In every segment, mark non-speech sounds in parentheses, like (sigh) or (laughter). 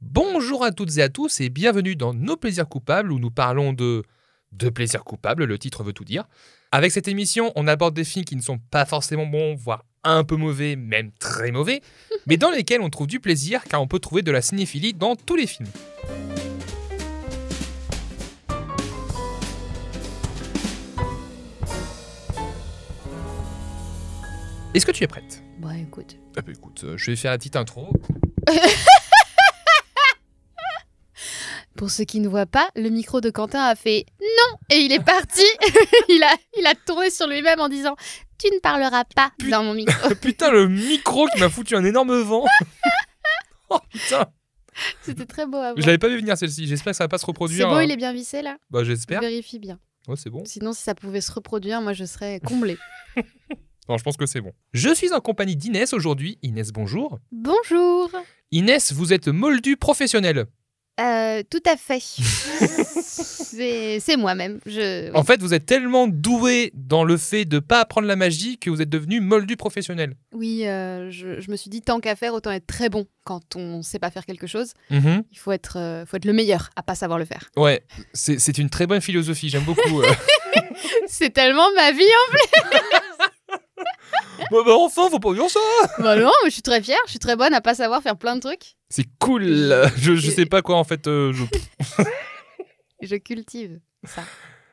Bonjour à toutes et à tous et bienvenue dans Nos plaisirs coupables où nous parlons de de plaisirs coupables, le titre veut tout dire. Avec cette émission, on aborde des films qui ne sont pas forcément bons, voire un peu mauvais, même très mauvais, mais dans lesquels on trouve du plaisir car on peut trouver de la cinéphilie dans tous les films. Est-ce que tu es prête Bah écoute. Ah bah écoute, euh, je vais faire la petite intro. Pour ceux qui ne voient pas, le micro de Quentin a fait non et il est parti. (laughs) il, a, il a tourné sur lui-même en disant Tu ne parleras pas dans mon micro. Putain, le micro qui m'a foutu un énorme vent. (laughs) oh Ah putain, C'était très beau à je voir. l'avais pas vu venir celle-ci. J'espère que ça va pas se C'est reproduire. beau, hein. il est bien vissé là Bah j'espère. Vérifie bien. Ouais, c'est bon. Sinon, si ça pouvait se reproduire, moi je serais comblée. Non, je pense que c'est bon. Je suis en compagnie d'Inès aujourd'hui. Inès, bonjour. Bonjour Inès, vous êtes moldu professionnel. Euh, Tout (laughs) à fait. C'est c'est moi-même. Je... En fait, vous êtes tellement doué dans le fait de pas apprendre la magie que vous êtes devenu moldu professionnel. Oui, euh, je, je me suis dit tant qu'à faire, autant être très bon quand on sait pas faire quelque chose. Mhm. Il faut être, euh, faut être le meilleur à pas savoir le faire. (laughs) Ouais, c'est c'est une très bonne philosophie. J'aime beaucoup. (laughs) euh. C'est tellement ma vie bah, bah, enfin, faut pas dire ça. Bah non, mais je suis très fière, je suis très bonne à pas savoir faire plein de trucs. C'est cool. Je, je sais pas quoi en fait. euh, je- Je cultive.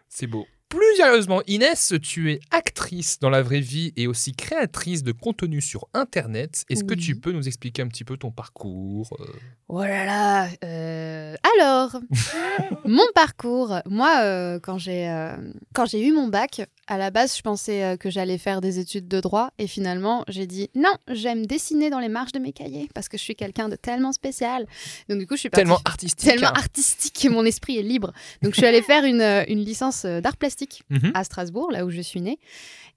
C'est beau. Plus sérieusement, Inès, tu es actrice dans la vraie vie et aussi créatrice de contenu sur Internet. Est-ce que Oui. tu peux nous expliquer un petit peu ton parcours euh, Oh là là euh, Alors, mon parcours, moi, euh, quand j'ai euh, quand j'ai eu mon bac, à la base, je pensais euh, que j'allais faire des études de droit, et finalement, j'ai dit non, j'aime dessiner dans les marges de mes cahiers parce que je suis quelqu'un de tellement spécial. Donc du coup, je suis partie- Tellement artistique. Bah, tellement hein. artistique et mon esprit est libre. Donc je suis allée faire une, euh, une licence euh, d'art plastique. Mhm. à Strasbourg, là où je suis née.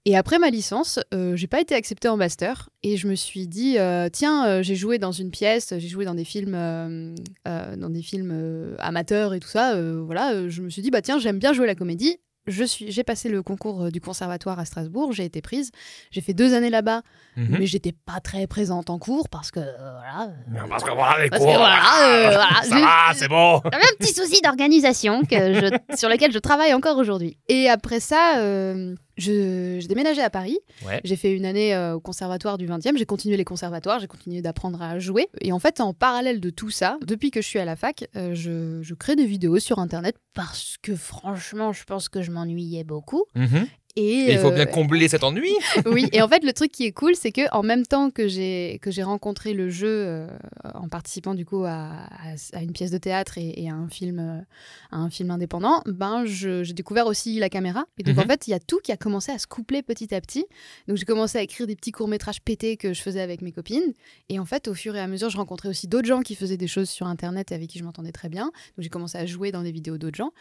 Et après ma licence, euh, j'ai pas été acceptée en master et je me suis dit euh, tiens, euh, j'ai joué dans une pièce, j'ai joué dans des films, euh, euh, dans des films euh, amateurs et tout ça. euh, voilà, euh, je me suis dit bah tiens, j'aime bien jouer la comédie. Je suis, j'ai passé le concours euh, du conservatoire à Strasbourg, j'ai été prise, j'ai fait deux années là-bas, Mhm. mais j'étais pas très présente en cours parce que euh, voilà. euh, Parce que voilà, les Parce cours, Ah, que voilà, euh, voilà. ça va, c'est bon. J'avais un petit souci d'organisation que (laughs) je- sur lequel je travaille encore aujourd'hui. Et après ça, euh, je, je déménageais à Paris. Ouais. J'ai fait une année euh, au conservatoire du 20e. J'ai continué les conservatoires, j'ai continué d'apprendre à jouer. Et en fait, en parallèle de tout ça, depuis que je suis à la fac, euh, je, je crée des vidéos sur Internet parce que franchement, je pense que je m'ennuyais beaucoup. Et, Mhm. Et il faut bien euh, combler cet ennui. (laughs) oui, et en fait, le truc qui est cool, c'est que en même temps que j'ai que j'ai rencontré le jeu euh, en participant du coup à, à- à une pièce de théâtre et, et à un film euh, à un film indépendant, ben je- j'ai découvert aussi la caméra. Et donc Mhm. en fait, il y a tout qui a commencé à se coupler petit à petit. Donc j'ai commencé à écrire des petits courts métrages pétés que je faisais avec mes copines. Et en fait, au fur et à mesure, je rencontrais aussi d'autres gens qui faisaient des choses sur Internet et avec qui je m'entendais très bien. Donc j'ai commencé à jouer dans des vidéos d'autres gens.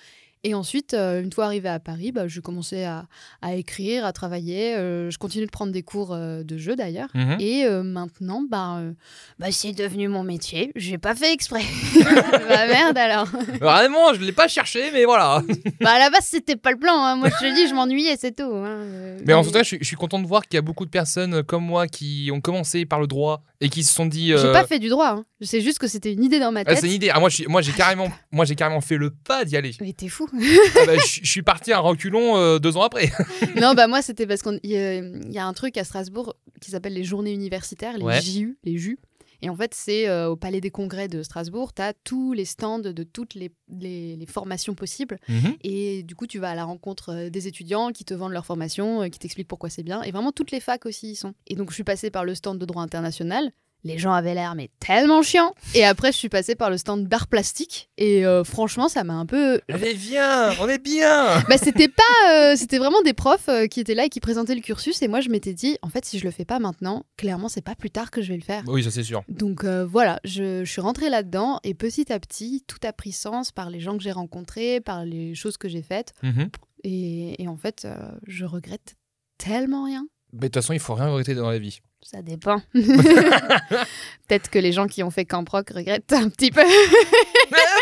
Et ensuite, euh, une fois arrivée à Paris, bah, je commençais à, à écrire, à travailler. Euh, je continue de prendre des cours euh, de jeu d'ailleurs. Mhm. Mmh. Et euh, maintenant, bah, euh, bah, c'est devenu mon métier. J'ai pas fait exprès. (laughs) (laughs) bah merde alors. Vraiment, je l'ai pas cherché, mais (laughs) voilà. Bah à la base, c'était pas le plan. hein. Moi, je te dis, je m'ennuyais, c'est tout. hein. Euh, Mais en tout cas, je suis, je suis content de voir qu'il y a beaucoup de personnes comme moi qui ont commencé par le droit et qui se sont dit. j'ai euh, pas fait du droit. hein. C'est juste que c'était une idée dans ma Ah, tête. c'est une idée. Ah, moi, je suis- moi, j'ai carrément, moi, j'ai carrément fait le pas d'y aller. mais t'es fou. (laughs) Ah bah, je, je suis parti à reculons euh, deux ans après. non, bah moi, c'était parce qu'il y, a- il y a un truc à Strasbourg qui s'appelle les journées universitaires, les Ouais. JU, les JU. Et en fait, c'est euh, au Palais des Congrès de Strasbourg, tu as tous les stands de toutes les, les- les formations possibles. Mhm. Et du coup, tu vas à la rencontre euh, des étudiants qui te vendent leur formation, euh, qui t'expliquent pourquoi c'est bien. Et vraiment, toutes les facs aussi y sont. Et donc, je suis passée par le stand de droit international. Les gens avaient l'air, mais tellement chiant. Et après, je suis passée par le stand d'art plastique. Et euh, franchement, ça m'a un peu euh, Allez, viens, on est bien. bah, c'était pas euh, c'était vraiment des profs euh, qui étaient là et qui présentaient le cursus et moi je m'étais dit en fait si je le fais pas maintenant clairement c'est pas plus tard que je vais le faire Oui, ça c'est sûr. donc euh, voilà je, je suis rentrée là-dedans et petit à petit tout a pris sens par les gens que j'ai rencontrés par les choses que j'ai faites Mhm. et, et en fait euh, je regrette tellement rien Mais de toute façon, il faut rien regretter dans la (laughs) vie. ça (laughs) dépend (laughs) peut-être que les gens qui ont fait Camp Rock regrettent un petit peu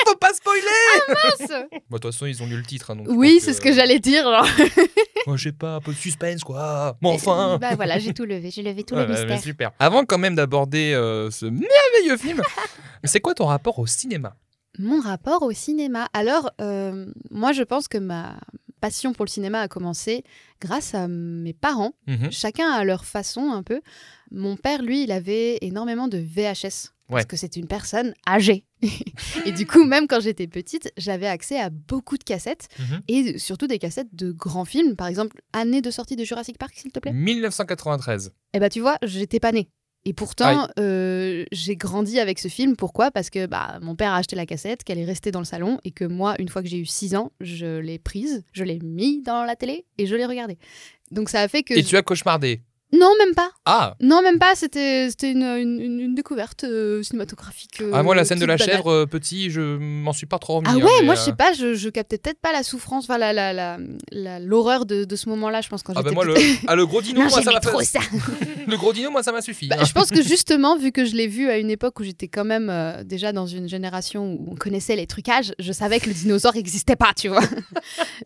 faut pas se spoilé Bon, Mince Bah, De toute façon, ils ont lu le titre. hein, donc je Oui, pense c'est ce que j'allais dire. genre. Moi, j'ai pas un peu de suspense, quoi. Mais enfin Bah voilà, j'ai tout levé, j'ai levé tout Ouais, le bah, bah, mystère. Super. Avant quand même d'aborder euh, ce merveilleux (laughs) film, c'est quoi ton rapport au cinéma Mon rapport au cinéma. Alors, euh, moi, je pense que ma passion pour le cinéma a commencé grâce à mes parents, Mhm. chacun à leur façon un peu. Mon père, lui, il avait énormément de VHS. Ouais. Parce que c'est une personne âgée. (laughs) et du coup, même quand j'étais petite, j'avais accès à beaucoup de cassettes Mhm. et surtout des cassettes de grands films. Par exemple, année de sortie de Jurassic Park, s'il te plaît. 1993. Eh bah tu vois, j'étais pas née. Et pourtant, euh, j'ai grandi avec ce film. Pourquoi Parce que bah, mon père a acheté la cassette, qu'elle est restée dans le salon, et que moi, une fois que j'ai eu 6 ans, je l'ai prise, je l'ai mis dans la télé et je l'ai regardée. Donc ça a fait que... Et je- tu as cauchemardé. Non, même pas. Ah Non, même pas. C'était c'était une, une- une- une découverte euh, cinématographique. euh, Ah, moi, la scène de toute la banale. chèvre, euh, petit, je m'en suis pas trop remis. Ah hein, ouais, mais, moi euh, je sais pas, je, je captais peut-être pas la souffrance, enfin l'horreur la, la, la- l'horreur de, de ce moment-là, je pense quand Ah, j'étais bah, moi, le... petite. ah, le (laughs) gros dino, Non, moi, ça j'aimais m'a trop fait- ça. Le gros dino, moi, ça m'a suffi. Bah, je pense que justement, vu que je l'ai vu à une époque où j'étais quand même euh, déjà dans une génération où on connaissait les trucages, je savais que le dinosaure n'existait pas, (laughs) tu vois.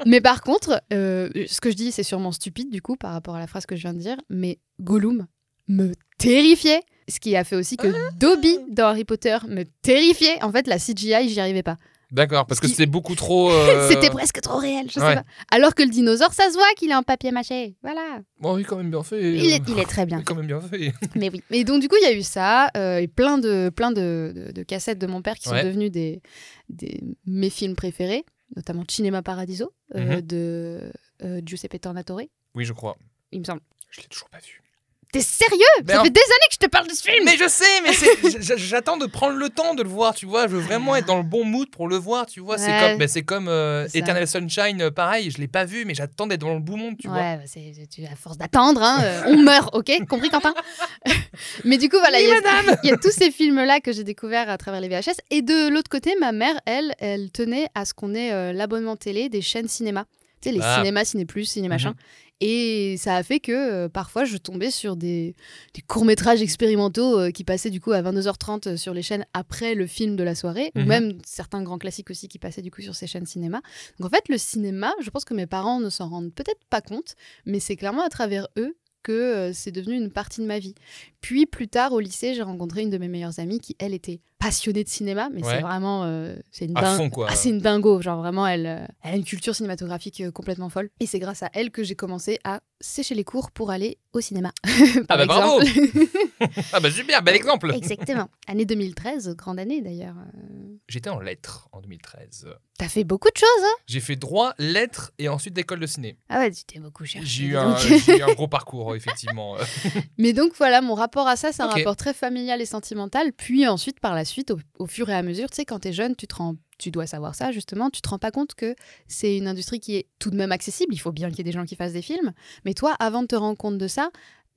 mais par contre, euh, ce que je dis, c'est sûrement stupide du coup par rapport à la phrase que je viens de dire, mais Gollum me terrifiait. Ce qui a fait aussi que Ah. Dobby dans Harry Potter me terrifiait. En fait, la CGI, j'y arrivais pas. D'accord, parce que Ce qui- c'était beaucoup (laughs) trop. euh, C'était presque trop réel, je sais ouais. pas. Alors que le dinosaure, ça se voit qu'il est en papier mâché. Voilà. Bon, oui, quand même bien fait. Il est, euh, il est très bien. quand même bien fait. Mais oui. Et donc, du coup, il y a eu ça, euh, et plein de, plein de, de- de cassettes de mon père qui Ouais. sont devenues des, des- mes films préférés, notamment Cinema Paradiso Mhm. euh, de euh, Giuseppe Tornatore, (laughs) Oui, je crois. il me semble. Je l'ai toujours pas vu. T'es sérieux Mais Ça en- fait des années que je te parle de ce film Mais je sais, mais c'est- (laughs) j- j- j'attends de prendre le temps de le voir, tu vois. Je veux vraiment être dans le bon mood pour le voir, tu vois. C'est Ouais. comme, ben, c'est comme euh, C'est ça. Eternal Sunshine, euh, pareil. Je l'ai pas vu, mais j'attends d'être dans le bon monde, tu vois. Ouais, bah, c'est- c'est- tu- à force d'attendre, hein, euh, on meurt, ok Compris, Quentin (laughs) Mais du coup, voilà, il y a- (laughs) il y, a tous ces films-là que j'ai découverts à travers les VHS. Et de l'autre côté, ma mère, elle, elle tenait à ce qu'on ait euh, l'abonnement télé des chaînes cinéma. Tu sais, les Ah. cinémas, ciné plus, ciné machin. Et ça a fait que euh, parfois je tombais sur des, des courts-métrages expérimentaux euh, qui passaient du coup à 22h30 euh, sur les chaînes après le film de la soirée, ou Mhm. même certains grands classiques aussi qui passaient du coup sur ces chaînes cinéma. Donc en fait, le cinéma, je pense que mes parents ne s'en rendent peut-être pas compte, mais c'est clairement à travers eux que euh, c'est devenu une partie de ma vie. Puis plus tard, au lycée, j'ai rencontré une de mes meilleures amies qui, elle, était passionnée de cinéma, mais Ouais. c'est vraiment. euh, c'est une À dingue. fond, quoi. Ah, c'est une dingo, genre vraiment, elle, euh, elle a une culture cinématographique euh, complètement folle. Et c'est grâce à elle que j'ai commencé à sécher les cours pour aller au cinéma. (laughs) Ah Par bah bravo exemple. (laughs) Ah bah super, bel (laughs) exemple Exactement. Année 2013, grande année d'ailleurs. Euh, J'étais en lettres en 2013. T'as fait beaucoup de choses, hein J'ai fait droit, lettres et ensuite école de ciné. Ah ouais, tu t'es beaucoup cherché. J'ai dis eu, un, donc. j'ai eu un gros parcours, euh, effectivement. (laughs) Mais donc voilà, mon rapport à ça, c'est un Ok. rapport très familial et sentimental. Puis ensuite, par la suite, au, au fur et à mesure, tu sais, quand t'es jeune, tu te rends, tu dois savoir ça justement, tu te rends pas compte que c'est une industrie qui est tout de même accessible. Il faut bien qu'il y ait des gens qui fassent des films. Mais toi, avant de te rendre compte de ça,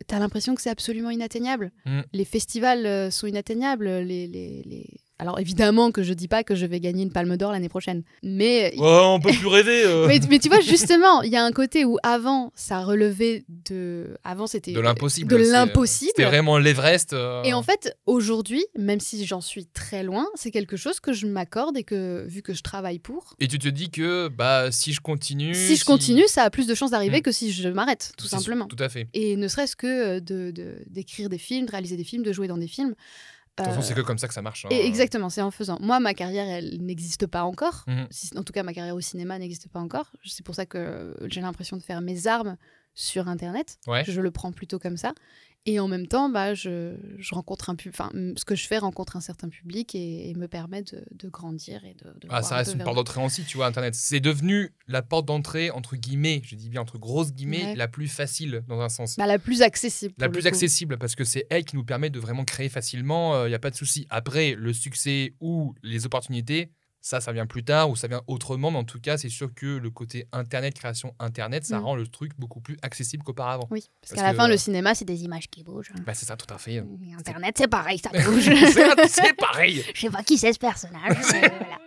t'as l'impression que c'est absolument inatteignable. Mm. Les festivals euh, sont inatteignables. Les, les- les- Alors évidemment que je dis pas que je vais gagner une palme d'or l'année prochaine, mais euh, Oh, on peut plus rêver. euh. (laughs) mais, mais tu vois, justement, il y a un côté où avant, ça relevait de. Avant, c'était. De l'impossible, De c'est- C'était l'impossible. vraiment l'Everest. euh, Et en fait, aujourd'hui, même si j'en suis très loin, c'est quelque chose que je m'accorde et que, vu que je travaille pour, Et tu te dis que bah si je continue. si je continue, ça a plus de chances d'arriver Mm. que si je m'arrête, tout C'est- simplement. Tout à fait. De Et ne serait-ce que euh, de- de- d'écrire des films, de réaliser des films, de jouer dans des films. toute façon, Euh, c'est que comme ça que ça marche. hein. et exactement, c'est en faisant. Moi, ma carrière, elle n'existe pas encore. Mhm. Si- en tout cas, ma carrière au cinéma n'existe pas encore. C'est pour ça que euh, j'ai l'impression de faire mes armes sur Internet. Ouais. Je le prends plutôt comme ça. Et en même temps, bah, je, je rencontre un pub. Enfin, m- ce que je fais rencontre un certain public et, et me permet de, de grandir et de. de Ah, voir ça un reste peu une vers porte d'entrée aussi, tu vois, Internet. C'est devenu la porte d'entrée, entre guillemets, je dis bien entre grosses guillemets, Ouais. la plus facile dans un sens. où. Bah, la plus accessible. la pour le plus coup. accessible, parce que c'est elle qui nous permet de vraiment créer facilement, il n'y a pas de souci. Après, le succès ou les opportunités, ça, ça vient plus tard ou ça vient autrement, mais en tout cas, c'est sûr que le côté Internet, création Internet, ça Mm. rend le truc beaucoup plus accessible qu'auparavant. Oui, parce, Parce qu'à la que- euh, fin, le cinéma, c'est des images qui bougent. Bah, c'est ça, tout à fait. Et (laughs) Internet, c'est pareil, ça bouge. c'est c'est pareil euh, Je sais pas qui c'est ce personnage. mais voilà.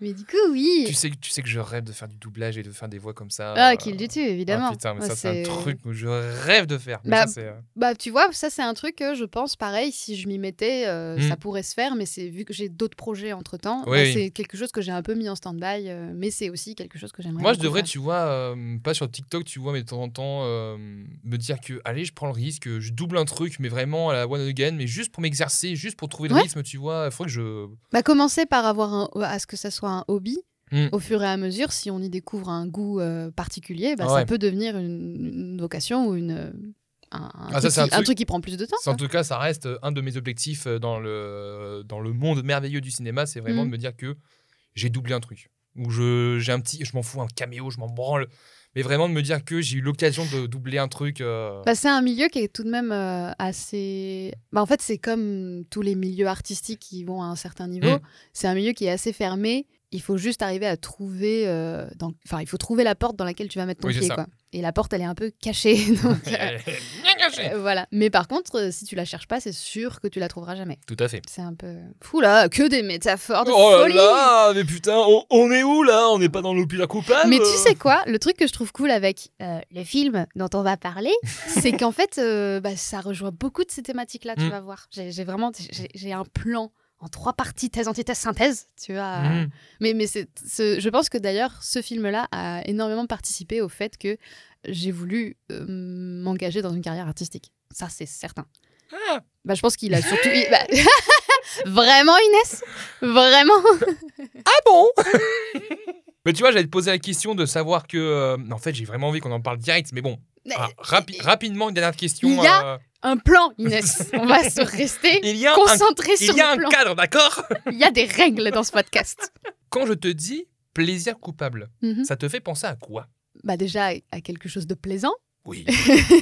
Mais du coup, oui. Tu sais, tu sais que je rêve de faire du doublage et de faire des voix comme ça. Ah, euh, Kill du tout, ah, évidemment. putain, mais Moi, ça, c'est un c'est- truc que je rêve de faire. Mais Bah, ça, c'est, euh, Bah, tu vois, ça, c'est un truc que je pense, pareil, si je m'y mettais, euh, Mm. ça pourrait se faire, mais c'est vu que j'ai d'autres projets entre temps, bah, Oui, oui. c'est quelque chose que j'ai un peu mis en stand-by, euh, mais c'est aussi quelque chose que j'aimerais. Moi, je beaucoup devrais, faire. tu vois, euh, pas sur TikTok, tu vois, mais de temps en temps, euh, me dire que, allez, je prends le risque, je double un truc, mais vraiment à la one again, mais juste pour m'exercer, juste pour trouver le Ouais. rythme, tu vois. Il faut que je. Bah, commencer par avoir un, à ce que ça soit un hobby. Mm. Au fur et à mesure, si on y découvre un goût euh, particulier, bah, Ah ouais. ça peut devenir une, une vocation ou une, euh, un, un Ah, ça, truc c'est un qui, un truc- truc qui prend plus de temps. En tout cas, ça reste euh, un de mes objectifs euh, dans le, dans le monde merveilleux du cinéma, c'est vraiment Mm. de me dire que j'ai doublé un truc. Ou je- j'ai un petit. Je m'en fous, un caméo, je m'en branle. Mais vraiment de me dire que j'ai eu l'occasion de doubler un truc. euh, (laughs) Bah, c'est un milieu qui est tout de même euh, assez. Bah, en fait, c'est comme tous les milieux artistiques qui vont à un certain niveau. Mm. C'est un milieu qui est assez fermé. Il faut juste arriver à trouver. euh, dans- Enfin, il faut trouver la porte dans laquelle tu vas mettre ton Oui, c'est pied. ça. Quoi. Et la porte, elle est un peu cachée. (laughs) donc, euh, (laughs) bien gâché. euh, voilà. Mais par contre, euh, si tu la cherches pas, c'est sûr que tu la trouveras jamais. Tout à fait. C'est un peu fou là, que des métaphores de Oh là folie. là, mais putain, on, on est où là On n'est pas dans l'opéra coupable Mm. Mais tu (laughs) sais quoi, le truc que je trouve cool avec euh, le film dont on va parler, c'est qu'en fait, euh, bah, ça rejoint beaucoup de ces thématiques-là, tu Mm. vas voir. J'ai j'ai vraiment j'ai j'ai un plan en trois parties, thèse, antithèse, synthèse, tu vois. Mhm. Mais, mais c'est ce- je pense que d'ailleurs, ce film-là a énormément participé au fait que j'ai voulu euh, m'engager dans une carrière artistique. Ça, c'est certain. Ah. Bah, je pense qu'il a surtout... (laughs) il- bah, (laughs) Vraiment, Inès Vraiment Ah bon (laughs) Mais tu vois, j'allais te poser la question de savoir que. euh, en fait, j'ai vraiment envie qu'on en parle direct, mais bon. ah, rapi- rapidement, une dernière question. Bah, Il y a- euh, un plan, Inès. On va se rester (laughs) il y a un, concentrés (laughs) il sur y a le un plan. cadre, d'accord Il y a des règles dans (laughs) ce podcast. Mhm. Quand je te dis plaisir coupable, Hmm. ça te fait penser à quoi Bah déjà à quelque chose de plaisant. (laughs) Oui,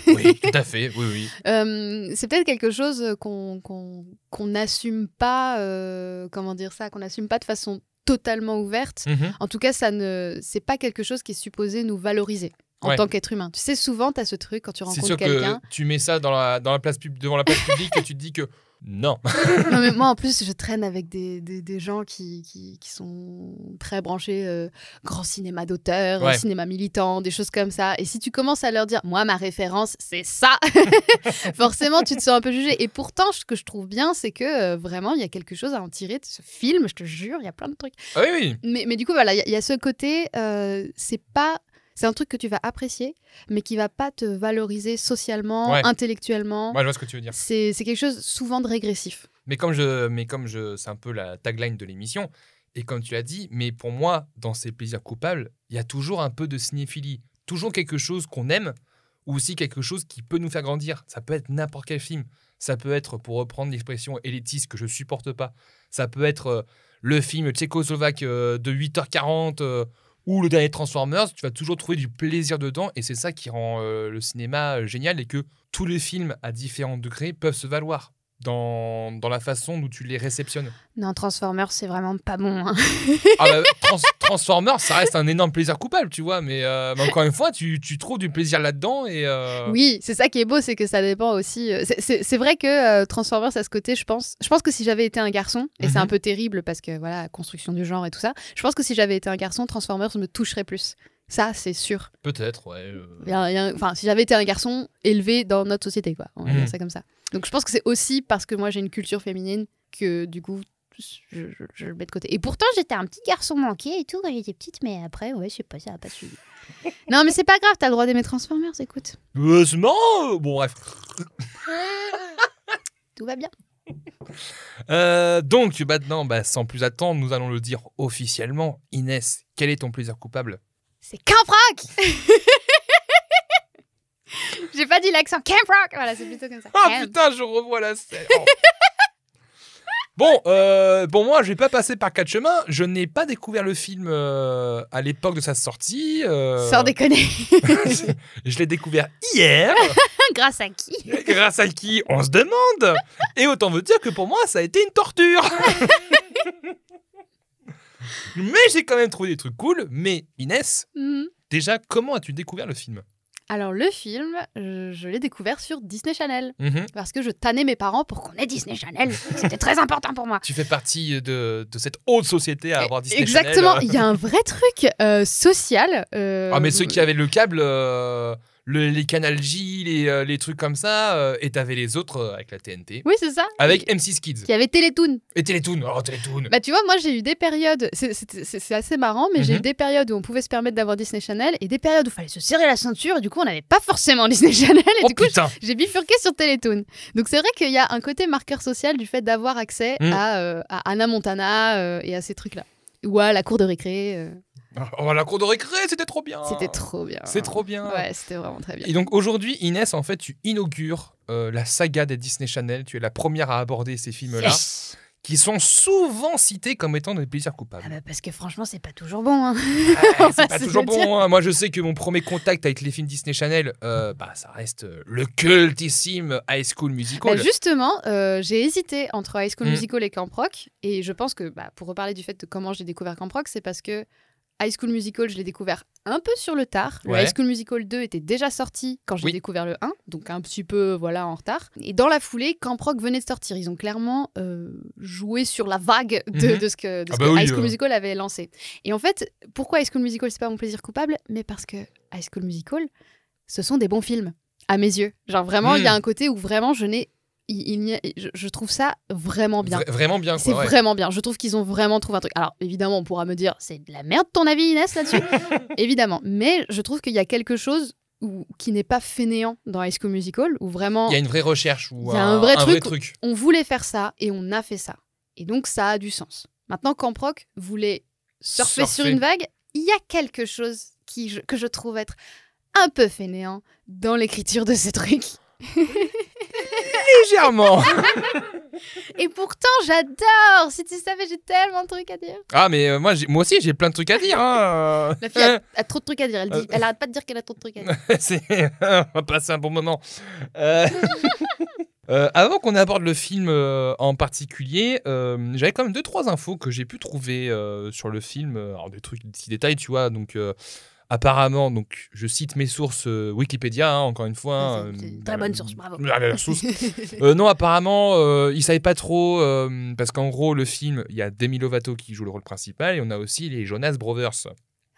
oui, tout à fait, oui, oui. Euh, c'est peut-être quelque chose qu'on qu'on qu'on n'assume pas, euh, comment dire ça, qu'on n'assume pas de façon totalement ouverte. Mhm. En tout cas, ça ne, c'est pas quelque chose qui est supposé nous valoriser en Ouais. tant qu'être humain. Tu sais, souvent, tu as ce truc quand tu C'est rencontres sûr quelqu'un. que tu mets ça dans la, dans la place pub, devant la place publique et tu te dis que non. (laughs) Non, mais moi, en plus, je traîne avec des, des, des gens qui, qui, qui sont très branchés euh, grand cinéma d'auteur, Ouais. cinéma militant, des choses comme ça. Et si tu commences à leur dire, moi, ma référence, c'est ça, (laughs) forcément, tu te sens un peu jugé. Et pourtant, ce que je trouve bien, c'est que euh, vraiment, il y a quelque chose à en tirer de ce film, je te jure, il y a plein de trucs. Ah oui, oui. Mais, mais du coup, voilà, il y a- il y, a ce côté, euh, c'est pas. C'est un truc que tu vas apprécier, mais qui va pas te valoriser socialement, Ouais. intellectuellement. Moi, je vois ce que tu veux dire. C'est c'est quelque chose souvent de régressif. Mais comme je, mais comme je, c'est un peu la tagline de l'émission. Et comme tu l'as dit, mais pour moi, dans ces plaisirs coupables, il y a toujours un peu de cinéphilie, toujours quelque chose qu'on aime, ou aussi quelque chose qui peut nous faire grandir. Ça peut être n'importe quel film. Ça peut être, pour reprendre l'expression élitiste que je supporte pas, ça peut être euh, le film tchécoslovaque euh, de 8h40 euh, ou le dernier Transformers. Tu vas toujours trouver du plaisir dedans, et c'est ça qui rend euh, le cinéma euh, génial, et que tous les films à différents degrés peuvent se valoir dans, dans la façon dont tu les réceptionnes. Non, Transformers, c'est vraiment pas bon. hein. Ah bah, (laughs) trans- Transformers, ça reste un énorme plaisir coupable, tu vois, mais, euh, mais encore une fois, tu, tu trouves du plaisir là-dedans et... euh, (laughs) Oui, c'est ça qui est beau, c'est que ça dépend aussi. euh, c'est- C'est c'est vrai que euh, Transformers, à ce côté, je pense. Je pense que si j'avais été un garçon, et c'est Mhm. un peu terrible parce que voilà, construction du genre et tout ça, je pense que si j'avais été un garçon, Transformers me toucherait plus. Ça, c'est sûr. Peut-être, ouais. euh. Il y a- il y a- Enfin, si j'avais été un garçon élevé dans notre société, quoi. On va Mhm. dire ça comme ça. Donc, je pense que c'est aussi parce que moi, j'ai une culture féminine que du coup. Je, je- je le mets de côté. Et pourtant, j'étais un petit garçon manqué et tout quand j'étais petite, mais après, ouais, je sais pas, ça a pas suivi. non, mais c'est pas grave, t'as le droit d'aimer Transformers, écoute. Heureusement euh, Bon, bref. Tout va bien. (laughs) Euh, donc, maintenant, bah, sans plus attendre, nous allons le dire officiellement. Inès, quel est ton plaisir coupable C'est Camp Rock (laughs) J'ai pas dit l'accent Camp Rock Voilà, c'est plutôt comme ça. Ah Camp. putain, je revois la scène Oh. (laughs) Bon, euh, bon, moi, j'ai pas passé par quatre chemins. Je n'ai pas découvert le film euh, à l'époque de sa sortie. euh, Sans déconner. je l'ai découvert hier. Grâce à qui grâce à qui on se demande. Et autant vous dire que pour moi, ça a été une torture. mais j'ai quand même trouvé des trucs cool. Mais Inès, (laughs) Mhm. déjà, comment as-tu découvert le film Alors le film, je, je l'ai découvert sur Disney Channel. Mhm. Parce que je tannais mes parents pour qu'on ait Disney Channel. C'était très important pour moi. Tu fais partie de, de cette haute société à Ah, avoir Disney Channel. euh. Exactement, il y a un vrai truc euh, social. euh, Ah, mais ceux qui avaient le câble, euh, le- les Canal J, les, euh, les trucs comme ça, euh, et t'avais les autres euh, avec la TNT, Oui, c'est ça. avec Qui- M6 Kids Qui avait Télétoon. et Télétoon. Oh, Télétoon Bah tu vois, moi j'ai eu des périodes, c'est- c'est c'est- c'est assez marrant, mais j'ai Mhm. eu des périodes où on pouvait se permettre d'avoir Disney Channel et des périodes où il fallait se serrer la ceinture et du coup on n'avait pas forcément Disney Channel et Oh du coup putain j'ai bifurqué sur Télétoon. Donc c'est vrai qu'il y a un côté marqueur social du fait d'avoir accès Mm. à, euh, à Anna Montana euh, et à ces trucs-là. Ou à la cour de récré, euh, (laughs) Oh, la cour de récré, c'était trop bien c'était trop bien. Oh. C'est trop bien Ouais, c'était vraiment très bien. Et donc aujourd'hui, Inès, en fait, tu inaugures euh, la saga des Disney Channel. Tu es la première à aborder ces films-là, Yes. qui sont souvent cités comme étant des plaisirs Ah coupables. bah parce que franchement c'est pas toujours bon. hein. (laughs) Ah, on c'est va pas se toujours le bon. hein. Moi, je sais que mon premier contact avec les films Disney Channel, euh, bah, ça reste euh, le cultissime High School Musical. Bah, justement, euh, j'ai hésité entre High School Mm. Musical et Camp Rock. Et je pense que, bah, pour reparler du fait de comment j'ai découvert Camp Rock, c'est parce que High School Musical, je l'ai découvert un peu sur le tard. Le Ouais. High School Musical 2 était déjà sorti quand j'ai Oui. découvert le 1, donc un petit peu voilà en retard. Et dans la foulée, Camp Rock venait de sortir. Ils ont clairement euh, joué sur la vague de, Mhm. de ce que, de Ah ce bah que oui, High School euh. Musical avait lancé. Et en fait, pourquoi High School Musical, c'est pas mon plaisir coupable Mais parce que High School Musical, ce sont des bons films, à mes yeux. Genre vraiment, il y a Mm. un côté où vraiment je n'ai. il- il n'y a- je, je trouve ça vraiment bien. Vra- vraiment bien, C'est quoi. ouais. vraiment bien. Je trouve qu'ils ont vraiment trouvé un truc. Alors, évidemment, on pourra me dire, c'est de la merde ton avis, Inès, là-dessus. évidemment. Mais je trouve qu'il y a quelque chose où- qui n'est pas fainéant dans High School Musical, où vraiment Il y a une vraie recherche ou Il y a un vrai truc. truc. on voulait faire ça et on a fait ça. Et donc, ça a du sens. Maintenant, Camp Rock voulait surfer, sur Surfer. une vague. Il y a quelque chose qui, je- que je trouve être un peu fainéant dans l'écriture de ce truc. Légèrement (laughs) Et pourtant, j'adore. Si tu savais, j'ai tellement de trucs à dire. Ah, mais euh, moi, j'ai- moi aussi, j'ai plein de trucs à dire. hein. La fille a, a trop de trucs à dire. Elle, dit, Euh. elle arrête pas de dire qu'elle a trop de trucs à dire. (laughs) C'est- on va passer un bon moment. Euh, (laughs) euh, avant qu'on aborde le film euh, en particulier, euh, j'avais quand même deux trois infos que j'ai pu trouver euh, sur le film, Euh, alors des trucs, des petits détails, tu vois. Donc euh, apparemment, donc je cite mes sources euh, Wikipédia, hein, encore une fois. Ah, hein, c'est- c'est euh, une très bonne source, bravo. Ah, la (laughs) source. Euh, non, apparemment, euh, ils savaient pas trop euh, parce qu'en gros, le film, il y a Demi Lovato qui joue le rôle principal et on a aussi les Jonas Brothers.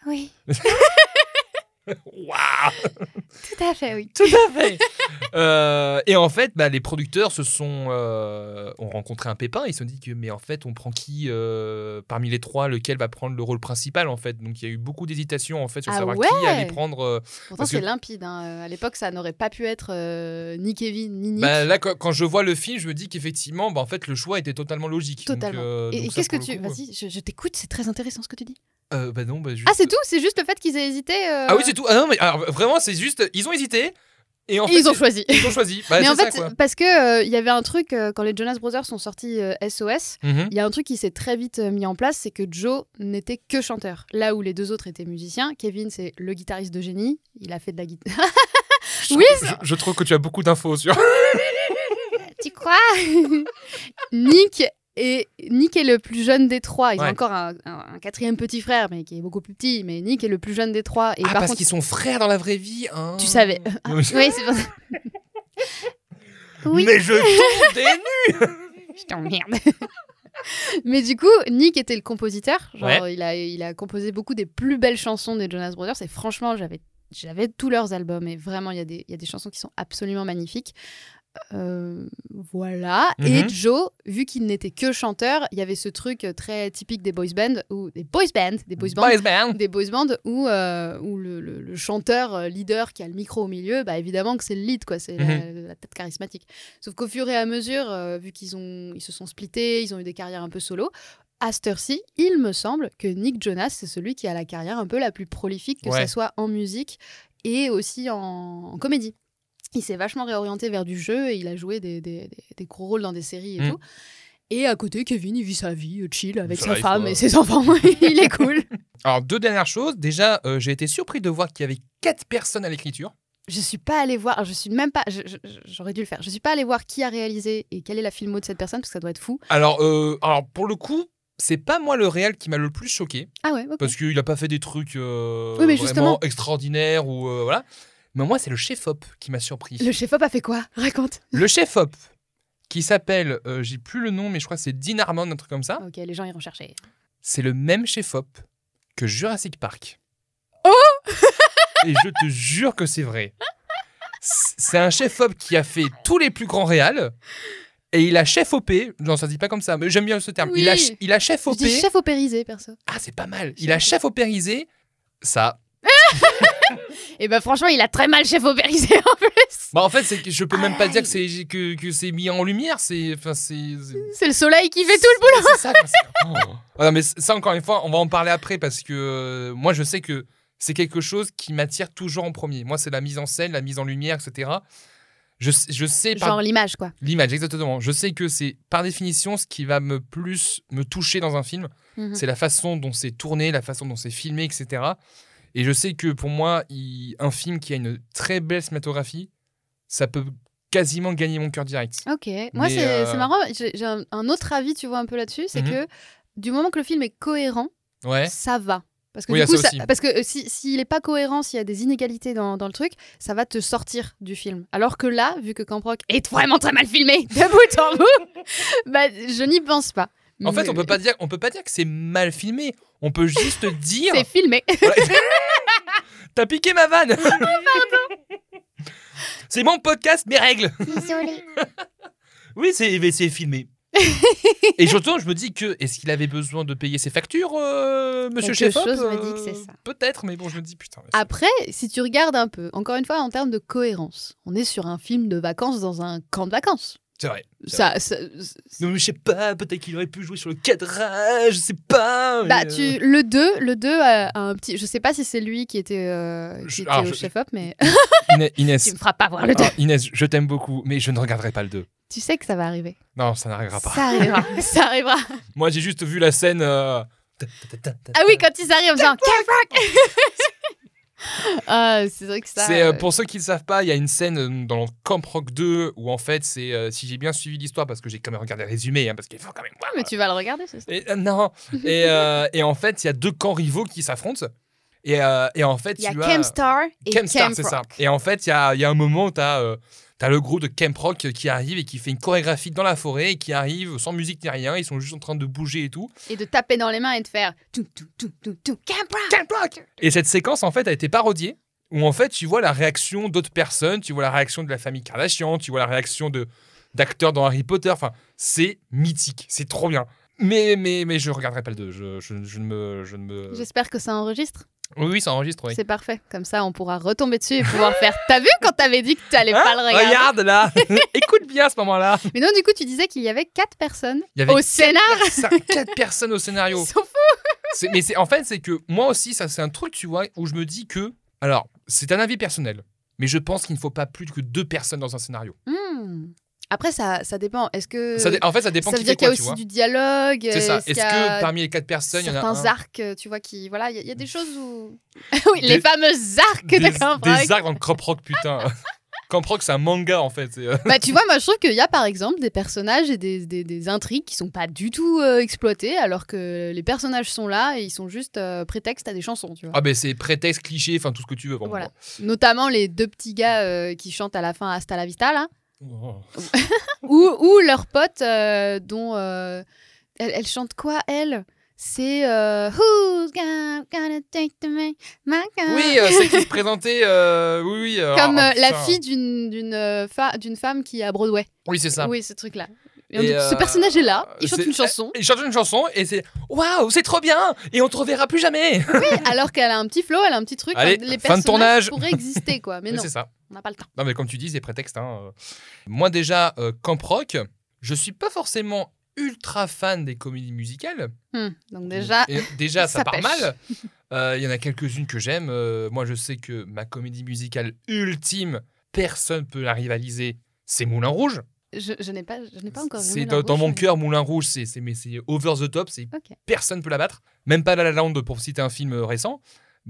oui, (laughs) Waouh tout à fait, oui. Tout à fait. Euh, et en fait, bah, les producteurs se sont euh, ont rencontré un pépin. Ils se sont dit que mais en fait, on prend qui euh, parmi les trois, lequel va prendre le rôle principal en fait. Donc il y a eu beaucoup d'hésitations en fait sur Ah savoir ouais qui allait prendre. euh. Pourtant, Parce c'est que- limpide. hein. Euh, À l'époque, ça n'aurait pas pu être euh, ni Kevin, ni Nick. Bah, là, quand, quand je vois le film, je me dis qu'effectivement, bah, en fait, le choix était totalement logique. Donc, Totalement. euh, et donc et ça, qu'est-ce que pour le tu. coup, Vas-y, je, je t'écoute, c'est très intéressant ce que tu dis. euh, bah non, bah, je- Ah, c'est tout C'est juste le fait qu'ils aient hésité euh, Ah oui, c'est tout. Ah non, mais alors, vraiment, c'est juste, ils ont hésité et en et fait, ils ont choisi. ils ont choisi. Bah, (laughs) Mais en c'est ça, fait, quoi. parce que euh, il y avait un truc, euh, quand les Jonas Brothers sont sortis euh, SOS, Mhm. Il y a un truc qui s'est très vite euh, mis en place, c'est que Joe n'était que chanteur. Là où les deux autres étaient musiciens, Kevin, c'est le guitariste de génie. Il a fait de la (laughs) guitare. Je- Oui, je, je trouve que tu as beaucoup d'infos sur. tu crois Nick est, Nick est le plus jeune des trois. Ils Ouais. ont encore un, un- un quatrième petit frère, mais qui est beaucoup plus petit. Mais Nick est le plus jeune des trois. Et ah, par parce contre, qu'ils sont frères dans la vraie vie. hein. Tu savais. Ah, oui, c'est pour ça. Oui. Mais (laughs) je tombe des nues. Je (laughs) t'emmerde. Mais du coup, Nick était le compositeur. Genre, il, a, il a composé beaucoup des plus belles chansons des Jonas Brothers. Et franchement, j'avais, j'avais tous leurs albums. Et vraiment, il y, a des- il y a des chansons qui sont absolument magnifiques. Euh, voilà. Et Mhm. Joe, vu qu'il n'était que chanteur, il y avait ce truc euh, très typique des boys bands. Ou des boys bands. Des boys bands. Boys band. Des boys bands où, euh, où le, le- le chanteur euh, leader qui a le micro au milieu, bah évidemment que c'est le lead, quoi, c'est la- Mhm. la, tête charismatique. Sauf qu'au fur et à mesure, euh, vu qu'ils ont, ils se sont splittés, ils ont eu des carrières un peu solo, à cette heure-ci, il me semble que Nick Jonas, c'est celui qui a la carrière un peu la plus prolifique, que ce Ouais. soit en musique et aussi en, en comédie. Il s'est vachement réorienté vers du jeu et il a joué des, des- des- des gros rôles dans des séries et Mhm. tout. Et à côté, Kevin, il vit sa vie euh, chill avec Ça sa arrive, femme quoi. et ses enfants. (laughs) il est cool. Alors, deux dernières choses. Déjà, euh, j'ai été surpris de voir qu'il y avait quatre personnes à l'écriture. Je suis pas allée voir, je suis même pas, je- je- je- j'aurais dû le faire, je suis pas allée voir qui a réalisé et quelle est la filmo de cette personne parce que ça doit être fou. Alors, euh, alors pour le coup, c'est pas moi le réel qui m'a le plus choqué Ah ouais, ok. parce qu'il a pas fait des trucs euh, Oui, mais vraiment justement. extraordinaires ou euh, voilà. Mais moi, c'est le chef-op qui m'a surpris. Le chef-op a fait quoi Raconte. Le chef-op, qui s'appelle, euh, j'ai plus le nom, mais je crois que c'est Dean Harmon, un truc comme ça. Ok, les gens iront chercher. C'est le même chef-op que Jurassic Park. Oh Et je te jure que c'est vrai. C- C'est un chef-op qui a fait tous les plus grands réals. Et il a chef-opé, non, ça se dit pas comme ça, mais j'aime bien ce terme. Il a, Oui. il a chef Je dis chef opérisé, perso. Ah, c'est pas mal. Il a chef opérisé ça. Et bah franchement, il a très mal chef opérisé (laughs) en plus. Bah, en fait, c'est que je peux même pas Aïe. dire que c'est que, que c'est mis en lumière. C'est enfin c'est. c'est- C'est le soleil qui fait tout le boulot. C'est ça. quoi, c'est- Oh. Ah non, mais ça encore une fois, on va en parler après parce que euh, moi je sais que c'est quelque chose qui m'attire toujours en premier. Moi, c'est la mise en scène, la mise en lumière, etc. Je, sais- je sais par Genre l'image, quoi. l'image exactement. Je sais que c'est par définition ce qui va me plus me toucher dans un film. Mhm. C'est la façon dont c'est tourné, la façon dont c'est filmé, etc. Et je sais que pour moi, il- un film qui a une très belle cinématographie, ça peut quasiment gagner mon cœur direct. Ok, moi Mais, c'est euh, c'est marrant, j'ai j'ai un, un autre avis, tu vois, un peu là-dessus, c'est Mhm. que du moment que le film est cohérent, Ouais. ça va. Parce que, Oui, du ah, coup, ça ça- aussi. parce que euh, si- s'il n'est pas cohérent, s'il y a des inégalités dans, dans le truc, ça va te sortir du film. Alors que là, vu que Camp Rock est vraiment très mal filmé, (laughs) de bout en bout, bah, je n'y pense pas. En fait, on peut Mais- pas dire, on peut pas dire que c'est mal filmé. On peut (laughs) juste dire. C'est filmé. Voilà. (laughs) T'as piqué ma (laughs) vanne. Ah, c'est mon podcast, mes règles. Désolé. Oui, c'est mais c'est filmé. (laughs) Et surtout, je me dis que est-ce qu'il avait besoin de payer ses factures, euh, Monsieur Quelque Chefop, euh, chose me dit que c'est ça. Ah. Peut-être, mais bon, je me dis putain. mais c'est- Après, si tu regardes un peu, encore une fois, en termes de cohérence, on est sur un film de vacances dans un camp de vacances. C'est vrai. C'est Ça, ça- Non, mais je sais pas, peut-être qu'il aurait pu jouer sur le cadrage, je sais pas. mais, Bah, euh, tu, le 2, le 2 a, a un petit. Je sais pas si c'est lui qui était, euh, Je- qui était alors, au je- chef-op, mais Ina- tu Inès, me feras pas voir le 2. Ah, Inès, je t'aime beaucoup, mais je ne regarderai pas le 2. Tu sais que ça va arriver. Non, ça n'arrivera pas. (laughs) Ça arrivera. ça arrivera. Moi, j'ai juste vu la scène. euh, ta- ta- ta- ta- Ah oui, quand ils arrivent en disant Camp Rock (laughs) Ah, C'est vrai que ça. C'est euh, euh, pour ceux qui ne savent pas, il y a une scène euh, dans Camp Rock 2 où en fait, c'est euh, si j'ai bien suivi l'histoire parce que j'ai quand même regardé le résumé, hein, parce qu'il faut quand même voir. Ah, Mais tu vas le regarder, ce soir. Et, euh, (laughs) non. et, euh, et en fait, il y a deux camps rivaux qui s'affrontent. Et, euh, et en fait, Il y a tu as- Camstar et Camp Star, Camp c'est ça. Rock. Et en fait, il y a, il y a un moment où tu as, le groupe de Camp Rock qui arrive et qui fait une chorégraphie dans la forêt et qui arrive sans musique ni rien. Ils sont juste en train de bouger et tout. Et de taper dans les mains et de faire tout, tout, tout, tout, tout, Camp Rock Camp Rock Et cette séquence, en fait, a été parodiée. Où en fait, tu vois la réaction d'autres personnes, tu vois la réaction de la famille Kardashian, tu vois la réaction de d'acteurs dans Harry Potter. Enfin, c'est mythique, c'est trop bien. Mais, mais, mais je regarderai pas le 2. Je, je, je ne me. Je ne me... J'espère que ça enregistre. Oui, oui, ça enregistre, Euh. oui. C'est parfait. Comme ça, on pourra retomber dessus et pouvoir faire. T'as vu quand t'avais dit que t'allais Hein pas le regarder Regarde (laughs) là (laughs) Écoute bien à ce moment-là Mais non, du coup, tu disais qu'il y avait quatre personnes Il y avait au Sénat. (laughs) cinq- quatre personnes au scénario. Ils sont fous. C'est- mais c'est en fait c'est que moi aussi ça c'est un truc tu vois où je me dis que alors c'est un avis personnel mais je pense qu'il ne faut pas plus que deux personnes dans un scénario. Hmm. Après, ça, ça dépend. Est-ce que Ça dé- en fait ça dépend Euh, ça qui veut fait dire qu'il y quoi, a tu aussi vois. du dialogue C'est ça. qu'il Est-ce y a que parmi les quatre personnes, il y en a certains un arcs, euh, tu vois, qui voilà, il y, a- il y a des choses où (laughs) oui, les Des- fameux arcs des, de Camp Rock. des arcs dans Camp Rock (laughs) putain. Camp Rock c'est un manga en fait. c'est, euh, Bah, tu vois, moi je trouve qu'il y a par exemple des personnages et des, des- des intrigues qui sont pas du tout euh, exploitées, alors que les personnages sont là et ils sont juste euh, prétexte à des chansons, tu vois. Ah ben c'est prétexte cliché enfin tout ce que tu veux. bon, Voilà. Notamment les deux petits gars euh, qui chantent à la fin Hasta la Vista là. bon. ou, ou leur pote euh, dont euh, elle, elle chante quoi elle c'est euh, Who's gonna, gonna take the man- my car- Oui euh, c'est qui se présentait euh, oui oui. euh, comme ah, euh, la putain. fille d'une d'une euh, fa- d'une femme qui est à Broadway Oui c'est ça. oui ce truc là Et, ce euh, personnage est là il chante c'est- (laughs) une chanson Il chante une chanson et c'est waouh c'est trop bien et on te reverra plus jamais. alors qu'elle a un petit flow elle a un petit truc Eh Allez, Enfin, les fin de personnages tournage. pourraient (laughs) exister quoi mais Oui, non c'est ça. on n'a pas le temps Non, mais comme tu dis, c'est prétexte. hein, euh. Moi, déjà, euh, Camp Rock, je suis pas forcément ultra fan des comédies musicales. Hum, donc déjà Et déjà ça, ça part pêche. mal. Euh, Il y en a quelques-unes que j'aime. Euh, moi, je sais que ma comédie musicale ultime, personne peut la rivaliser. C'est Moulin Rouge. je, je n'ai pas je n'ai pas encore vu C'est Moulin dans, dans Rouge, mon mais- cœur, Moulin Rouge, c'est c'est- mais c'est over the top. C'est Ok. personne peut la battre. Même pas La La Land pour citer un film euh, récent.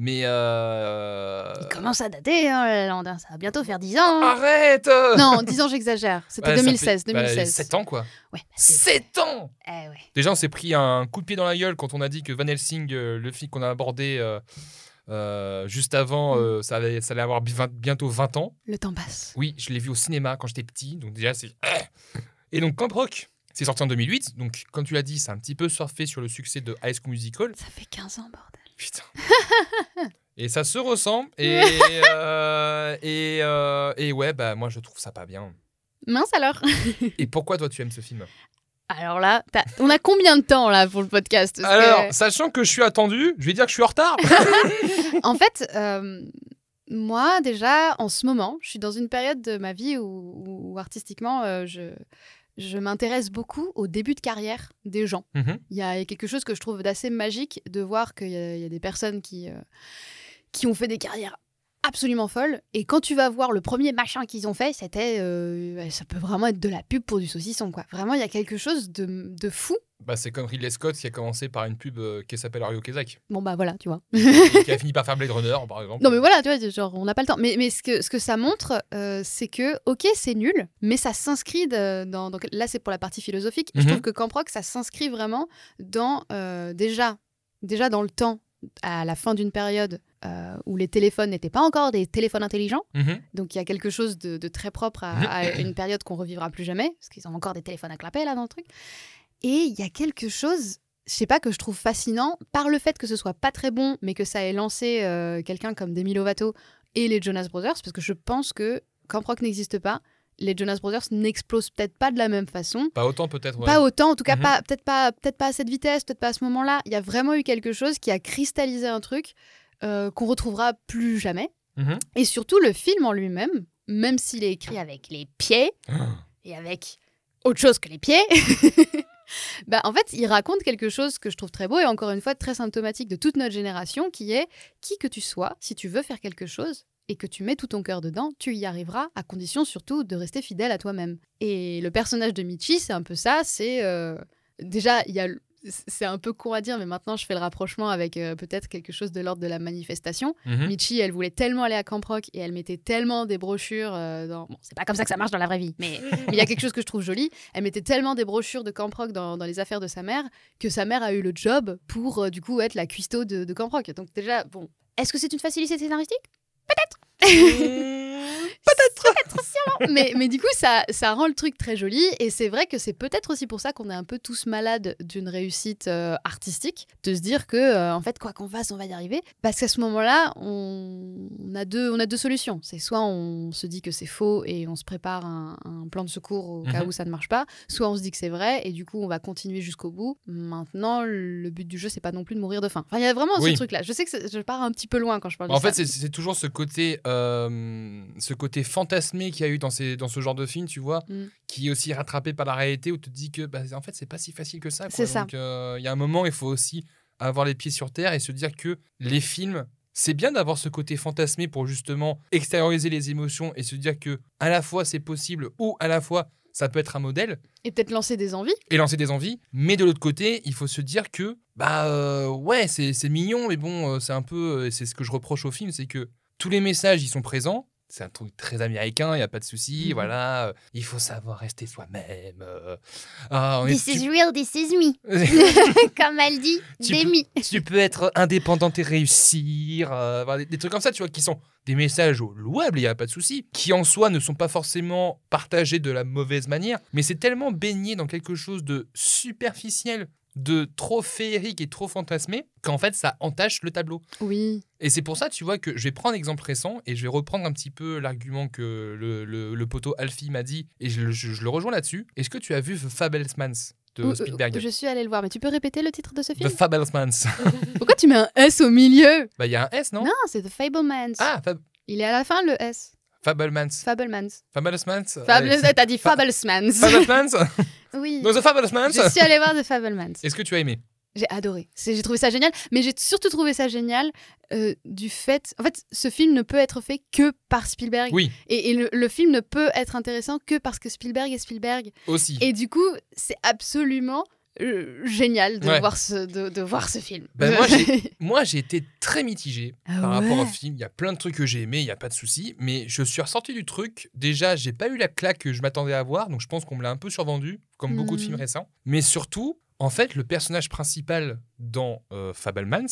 Mais euh, il commence à dater hein, La La Land, hein, ça va bientôt faire 10 ans hein. arrête. Non, 10 (laughs) ans, j'exagère. C'était Ouais, ça 2016. fait, bah, 2016. 7 ans quoi. Ouais, bah, c'est- 7 ans. eh ouais. Déjà, on s'est pris un coup de pied dans la gueule quand on a dit que Van Helsing, euh, le film qu'on a abordé, euh, Euh, juste avant, Mm. euh, ça, allait, ça allait avoir bi- vingt- bientôt 20 ans. Le temps passe. Oui, je l'ai vu au cinéma quand j'étais petit, donc déjà c'est. (coughs) Et donc Camp Rock, c'est sorti en 2008, donc comme tu l'as dit, c'est un petit peu surfé sur le succès de High School Musical. Ça fait 15 ans, bordel. (laughs) Putain. et ça se ressemble, et, euh, et, euh, et ouais, bah moi je trouve ça pas bien. Mince (laughs) alors Et pourquoi toi tu aimes ce film Alors là, t'as- on a combien de temps là pour le podcast Parce que- Alors, sachant que je suis attendu, je vais dire que je suis en (laughs) retard. En fait, euh, moi déjà, en ce moment, je suis dans une période de ma vie où, où artistiquement, euh, je, je m'intéresse beaucoup au début de carrière des gens. Mhm. Il y a quelque chose que je trouve d'assez magique de voir qu'il y, a- il y a des personnes qui, euh, qui ont fait des carrières absolument folles. Et quand tu vas voir le premier machin qu'ils ont fait, c'était. euh, ça peut vraiment être de la pub pour du saucisson, quoi. Vraiment, il y a quelque chose de, de fou. Bah, c'est comme Ridley Scott qui a commencé par une pub euh, qui s'appelle Ario Kezak, Bon, bah voilà, tu vois. et qui a fini par faire Blade Runner, par exemple. Non mais voilà, tu vois, genre on n'a pas le temps. Mais, mais ce, que, ce que ça montre, euh, c'est que, ok, c'est nul, mais ça s'inscrit de- dans... Donc là, c'est pour la partie philosophique. Et Je Mhm. trouve que Camp Rock, ça s'inscrit vraiment dans, euh, déjà, déjà dans le temps, à la fin d'une période euh, où les téléphones n'étaient pas encore des téléphones intelligents. Mhm. Donc il y a quelque chose de, de très propre à, à une période qu'on revivra plus jamais, parce qu'ils ont encore des téléphones à clapet là dans le truc. Et il y a quelque chose, je sais pas, que je trouve fascinant par le fait que ce soit pas très bon, mais que ça ait lancé euh, quelqu'un comme Demi Lovato et les Jonas Brothers, parce que je pense que Camp Rock n'existe pas, les Jonas Brothers n'explosent peut-être pas de la même façon. Pas autant peut-être. ouais. Pas autant, en tout cas Mhm. pas peut-être pas peut-être pas à cette vitesse, peut-être pas à ce moment-là. Il y a vraiment eu quelque chose qui a cristallisé un truc euh, qu'on retrouvera plus jamais. Mhm. Et surtout, le film en lui-même, même s'il est écrit avec les pieds et avec autre chose que les pieds, (laughs) bah, en fait, il raconte quelque chose que je trouve très beau et encore une fois très symptomatique de toute notre génération qui est qui que tu sois, si tu veux faire quelque chose et que tu mets tout ton cœur dedans, tu y arriveras, à condition surtout de rester fidèle à toi-même. Et le personnage de Michi, c'est un peu ça, c'est... euh, Déjà, il y a... le- C'est un peu con à dire, mais maintenant je fais le rapprochement avec euh, peut-être quelque chose de l'ordre de la manifestation. Mhm. Michi, elle voulait tellement aller à Camp Rock et elle mettait tellement des brochures euh, dans. Bon, c'est pas comme ça que ça marche dans la vraie vie, mais mais il y a quelque chose que je trouve joli. Elle mettait tellement des brochures de Camp Rock dans, dans les affaires de sa mère que sa mère a eu le job pour, euh, du coup, être la cuistot de, de Camp Rock. Donc, déjà, bon. Est-ce que c'est une facilité scénaristique mais, mais du coup, ça, ça rend le truc très joli. Et c'est vrai que c'est peut-être aussi pour ça qu'on est un peu tous malades d'une réussite euh, artistique, de se dire que, euh, en fait, quoi qu'on fasse, on va y arriver. Parce qu'à ce moment-là, on, on a deux, on a deux solutions. C'est soit on se dit que c'est faux et on se prépare un, un plan de secours au cas Mhm. où ça ne marche pas, soit on se dit que c'est vrai et du coup, on va continuer jusqu'au bout. Maintenant, le but du jeu, c'est pas non plus de mourir de faim. Enfin, il y a vraiment Oui. Bah, ce truc-là. Je sais que c'est- je pars un petit peu loin quand je parle En de ça. fait, c'est- c'est toujours ce côté, euh, ce côté fantasmé qu'il y a eu dans, ces, dans ce genre de film, tu vois, Mm. qui est aussi rattrapé par la réalité où tu te dis que, bah, en fait, c'est pas si facile que ça. quoi. C'est ça. Donc, euh, il y a un moment, il faut aussi avoir les pieds sur terre et se dire que les films, c'est bien d'avoir ce côté fantasmé pour justement extérioriser les émotions et se dire que à la fois c'est possible ou à la fois ça peut être un modèle Et peut-être lancer des envies. et lancer des envies. Mais de l'autre côté, il faut se dire que, bah euh, ouais, c'est c'est mignon, mais bon, euh, c'est un peu, euh, c'est ce que je reproche au film, c'est que tous les messages, ils sont présents. C'est un truc très américain, il n'y a pas de souci, Mhm. voilà. euh, il faut savoir rester soi-même. euh, ah, on est- This is real, this is (laughs) me. tu, Comme elle dit, Tu Demi. (laughs) tu peux être indépendante et réussir. euh, voilà, des, des trucs comme ça, tu vois, qui sont des messages louables, il n'y a pas de souci. Qui en soi ne sont pas forcément partagés de la mauvaise manière, mais c'est tellement baigné dans quelque chose de superficiel, de trop féerique et trop fantasmé, qu'en fait, ça entache le tableau. Oui. Et c'est pour ça, tu vois, que je vais prendre un exemple récent et je vais reprendre un petit peu l'argument que le, le- le poteau Alfie m'a dit, et je, le- je- je le rejoins là-dessus. Est-ce que tu as vu The Fabelmans de Ou- Spielberg Euh, Je suis allée le voir, mais tu peux répéter le titre de ce The (laughs) film Fabelmans. Pourquoi tu mets un S au milieu Bah, il y a un S, non Non, c'est The Fablemans. Ah, Fab- Il est à la fin le S. Fabelmans. Fablemans. Fabelmans. Fabulous- Allez. T'as dit Fa- Fablemans. Fabelmans (laughs) Oui. Non, The Fabelmans Je suis allée voir The Fablemans. Est-ce que tu as aimé J'ai adoré. C'est- J'ai trouvé ça génial, mais j'ai surtout trouvé ça génial euh, du fait. En fait, ce film ne peut être fait que par Spielberg. Oui, Et, et le, le film ne peut être intéressant que parce que Spielberg est Spielberg. aussi. Et du coup, c'est absolument euh, génial de, Ouais. voir ce, de, de voir ce film. Ben, moi, j'ai- Moi, j'ai été très mitigé (laughs) Ah par rapport au ouais. film. Il y a plein de trucs que j'ai aimé, il n'y a pas de souci. Mais je suis ressorti du truc. Déjà, j'ai pas eu la claque que je m'attendais à avoir. Donc, je pense qu'on me l'a un peu survendu, comme beaucoup de Mhm. films récents. Mais surtout, en fait, le personnage principal dans euh, Fabelmans,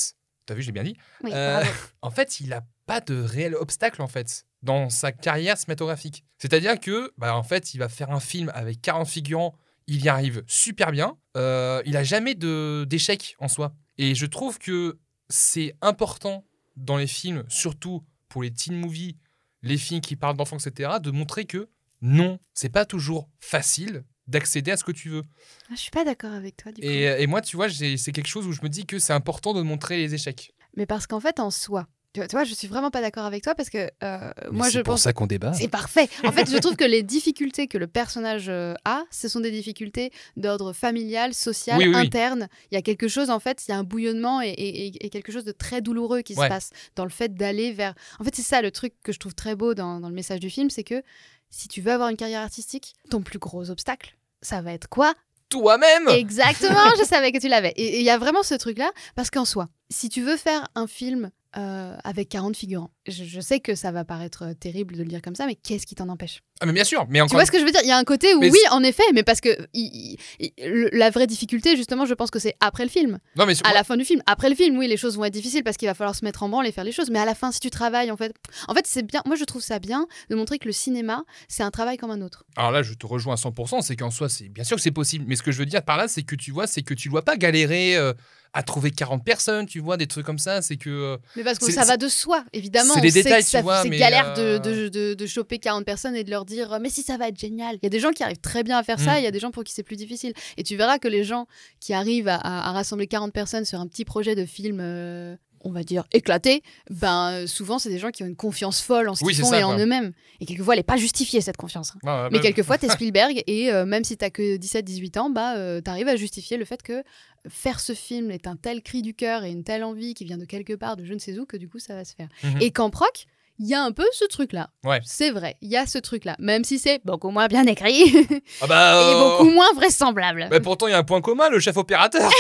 T'as vu, j'ai bien dit. Oui, Euh, (laughs) bravo. en fait, il n'a pas de réel obstacle en fait dans sa carrière cinématographique. C'est-à-dire que, bah, en fait, il va faire un film avec 40 figurants, il y arrive super bien. Euh, il a jamais de d'échec en soi. Et je trouve que c'est important dans les films, surtout pour les teen movies, les films qui parlent d'enfants, etc., de montrer que non, c'est pas toujours facile d'accéder à ce que tu veux. Ah, je suis pas d'accord avec toi du coup. Et, euh, et moi, tu vois, j'ai- c'est quelque chose où je me dis que c'est important de montrer les échecs. Mais parce qu'en fait, en soi, tu vois- tu vois, je suis vraiment pas d'accord avec toi parce que euh, moi, je pense. ça qu'on débat. C'est parfait. En fait, je trouve (laughs) que les difficultés que le personnage euh, a, ce sont des difficultés d'ordre familial, social, Oui, oui, oui. interne. Il y a quelque chose, en fait, il y a un bouillonnement et, et- et- et quelque chose de très douloureux qui Ouais. se passe dans le fait d'aller vers. En fait, c'est ça le truc que je trouve très beau dans, dans le message du film, c'est que si tu veux avoir une carrière artistique, ton plus gros obstacle, ça va être quoi Toi-même Exactement, je savais que tu l'avais. Et et il y a vraiment ce truc-là, parce qu'en soi, si tu veux faire un film euh, avec 40 figurants, je, je sais que ça va paraître euh, terrible de le dire comme ça, mais qu'est-ce qui t'en empêche Ah, mais bien sûr, mais Tu encore. vois ce que je veux dire Il y a un côté où Mais oui, en effet, mais parce que il- il- le- la vraie difficulté, justement, je pense que c'est après le film, Non, mais à la fin du film. Après le film, oui, les choses vont être difficiles parce qu'il va falloir se mettre en branle et faire les choses, mais à la fin, si tu travailles, en fait, en fait, c'est bien. Moi, je trouve ça bien de montrer que le cinéma, c'est un travail comme un autre. alors là, je te rejoins à 100%, c'est qu'en soi, c'est bien sûr que c'est possible, mais ce que je veux dire par là, c'est que tu vois, c'est que tu ne dois pas galérer euh, à trouver 40 personnes, tu vois, des trucs comme ça, c'est que. euh, Mais parce que C'est- ça c'est- va de soi, évidemment. c'est on des sait détails, que tu ça- vois, C'est mais, galère euh, de, de- de- de choper 40 personnes et de leur dire euh, Mais si, ça va être génial. Il y a des gens qui arrivent très bien à faire Mm. ça, il y a des gens pour qui c'est plus difficile. Et tu verras que les gens qui arrivent à, à- à rassembler 40 personnes sur un petit projet de film. euh, on va dire éclaté, ben euh, souvent c'est des gens qui ont une confiance folle en ce Oui, qu'ils c'est font ça, et en quoi. eux-mêmes. Et quelquefois elle n'est pas justifiée cette confiance. hein. ah, Mais bah, (laughs) quelquefois t'es Spielberg et euh, même si t'as que 17-18 ans, bah euh, t'arrives à justifier le fait que faire ce film est un tel cri du cœur et une telle envie qui vient de quelque part, de je ne sais où, que du coup ça va se faire. Mhm. Et qu'en proc, il y a un peu ce truc-là. Ouais. C'est vrai, il y a ce truc-là. Même si c'est beaucoup moins bien écrit (laughs) ah bah, et euh, beaucoup moins vraisemblable. bah, pourtant, il y a un point commun, le chef (laughs) opérateur.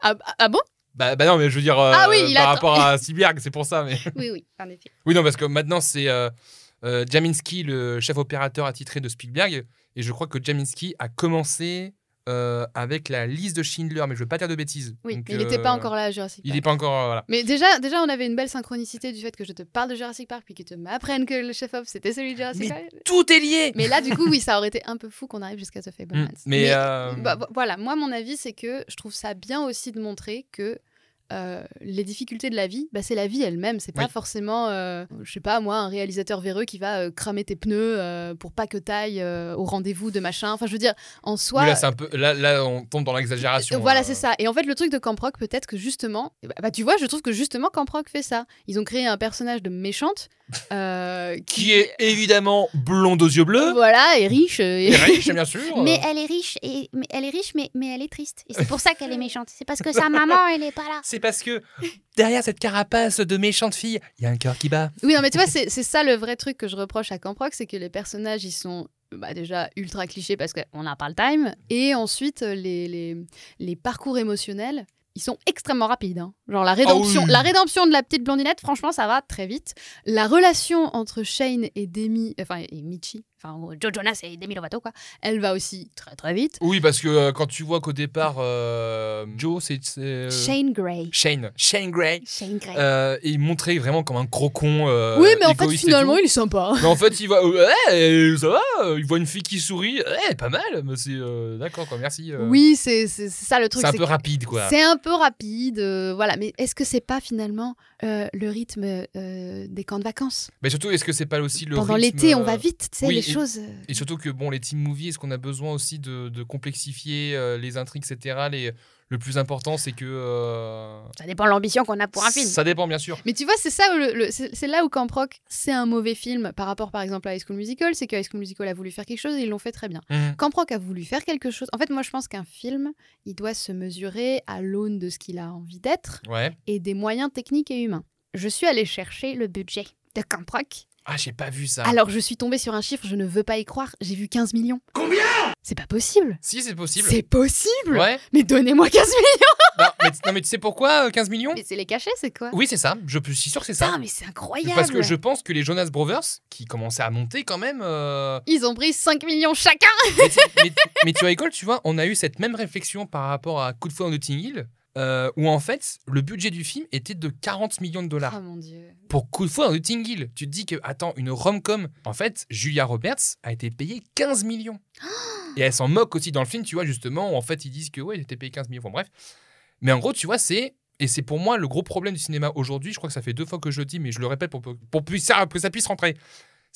Ah, ah bon bah, bah non, mais je veux dire, euh, Ah oui, il par attend. rapport (laughs) à Spielberg, c'est pour ça. Mais... (laughs) Oui, oui, en effet. Oui, non, parce que maintenant, c'est euh, euh, Jaminski, le chef opérateur attitré de Spielberg. Et je crois que Jaminski a commencé euh, avec la liste de Schindler, mais je veux pas dire de bêtises. Oui, Donc, mais il n'était pas euh, encore là à Jurassic Il Park. n'est pas encore. euh, voilà. Mais déjà, déjà, on avait une belle synchronicité du fait que je te parle de Jurassic Park puis que tu m'apprennes que le chef-op c'était celui de Jurassic Mais Park. Tout est lié Mais là, du coup, oui, ça aurait été un peu fou qu'on arrive jusqu'à The Fablemans. Mm. Mais, euh, Bah, vo- voilà, moi, mon avis, c'est que je trouve ça bien aussi de montrer que euh, les difficultés de la vie, bah, c'est la vie elle-même. C'est pas Oui. forcément, euh, je sais pas, moi, un réalisateur véreux qui va euh, cramer tes pneus euh, pour pas que t'ailles euh, au rendez-vous de machin. Enfin, je veux dire, en oui, soi. là, c'est un peu, là, là, on tombe dans l'exagération. Voilà, euh. c'est ça. Et en fait, le truc de Camp Rock, peut-être que justement, eh bah, bah, tu vois, je trouve que justement Camp Rock fait ça. Ils ont créé un personnage (laughs) de méchante euh, Qui est évidemment blonde aux yeux bleus. voilà et (laughs) riche. euh, Et riche, bien sûr. Mais elle est riche, et, mais elle est riche, mais, mais elle est triste. Et c'est pour ça qu'elle est méchante. C'est parce que sa maman, elle est pas là. C'est parce que derrière cette carapace de méchante fille, il y a un cœur qui bat. Oui, non, mais tu vois, c'est c'est ça le vrai truc que je reproche à Camp Rock, c'est que les personnages, ils sont bah, déjà ultra clichés parce qu'on n'a pas le time. Et ensuite, les, les, les parcours émotionnels, ils sont extrêmement rapides. hein. Genre la rédemption, Ah oui. la rédemption de la petite blondinette, franchement, ça va très vite. La relation entre Shane et Demi, enfin, et Michi, enfin, en gros, Joe Jonas et Demi Lovato, quoi, elle va aussi très très vite. Oui, parce que euh, quand tu vois qu'au départ, euh, Joe, c'est. c'est, euh, Shane Gray. Shane. Shane Gray. Shane Gray. Euh, et il montrait vraiment comme un gros con. euh, oui, mais en fait, égoïste et finalement, tout. il est sympa. Mais en fait, il va. euh, Ouais, ça va. euh, Il voit une fille qui sourit. Ouais, pas mal. Mais c'est. euh, D'accord, quoi, merci. euh. Oui, c'est c'est- c'est ça le truc. C'est un c'est peu rapide, quoi. C'est un peu rapide, euh, voilà. Mais est-ce que c'est pas finalement euh, le rythme euh, des camps de vacances Mais surtout, est-ce que c'est pas aussi le. Pendant rythme, l'été, on euh, va vite, tu sais, oui, les et- choses. euh, Et surtout que bon, les team movies, est-ce qu'on a besoin aussi de, de complexifier euh, les intrigues, etc. Les, le plus important, c'est que euh, Ça dépend de l'ambition qu'on a pour un film. ça dépend bien sûr. Mais tu vois, c'est ça, où le- le- c'est c'est là où Camp Rock, c'est un mauvais film par rapport, par exemple, à High School Musical. C'est que High School Musical a voulu faire quelque chose et ils l'ont fait très bien. Mhm. Camp Rock a voulu faire quelque chose. En fait, moi, je pense qu'un film, il doit se mesurer à l'aune de ce qu'il a envie d'être Ouais. et des moyens techniques et humains. Je suis allée chercher le budget de Camp Rock. Ah, j'ai pas vu ça. Alors, je suis tombée sur un chiffre, je ne veux pas y croire. J'ai vu 15 millions. Combien C'est pas possible. Si, c'est possible. C'est possible Ouais. Mais donnez-moi 15 000 non, mais, non, mais tu sais pourquoi euh, 15 millions Mais c'est les cachets, c'est quoi Oui, c'est ça. Je suis sûr que c'est ça. Putain, mais c'est incroyable Parce que je pense que les Jonas Brothers, qui commençaient à monter quand même, euh, (laughs) Ils ont pris 5 millions chacun mais, tu- mais- mais tu rigoles, tu vois, on a eu cette même réflexion par rapport à Coup de fouet en Notting Hill, euh, où en fait, le budget du film était de 40 millions de dollars. Oh mon dieu. Pour coup de foudre de Ting Hill, tu te dis que, attends, une rom-com, en fait, Julia Roberts a été payée 15 millions. Et elle s'en moque aussi dans le film, tu vois, justement, où en fait, ils disent que, ouais, elle a été payée 15 millions, bon, bref. Mais en gros, tu vois, c'est. Et c'est pour moi le gros problème du cinéma aujourd'hui, je crois que ça fait deux fois que je le dis, mais je le répète pour, pour, pour que ça- que ça puisse rentrer.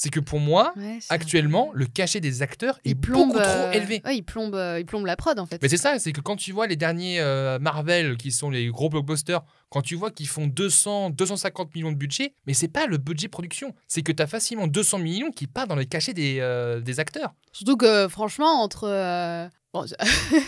C'est que pour moi, Ouais, c'est- actuellement, le cachet des acteurs est il plombe, beaucoup euh, trop élevé. Ouais, il plombe, euh, il plombe la prod en fait. Mais c'est ça, c'est que quand tu vois les derniers euh, Marvel, qui sont les gros blockbusters, quand tu vois qu'ils font 200, 250 millions de budget, mais c'est pas le budget production, c'est que tu as facilement 200 millions qui partent dans les cachets des, euh, des acteurs. Surtout que franchement, entre. euh, bon, ça- (laughs)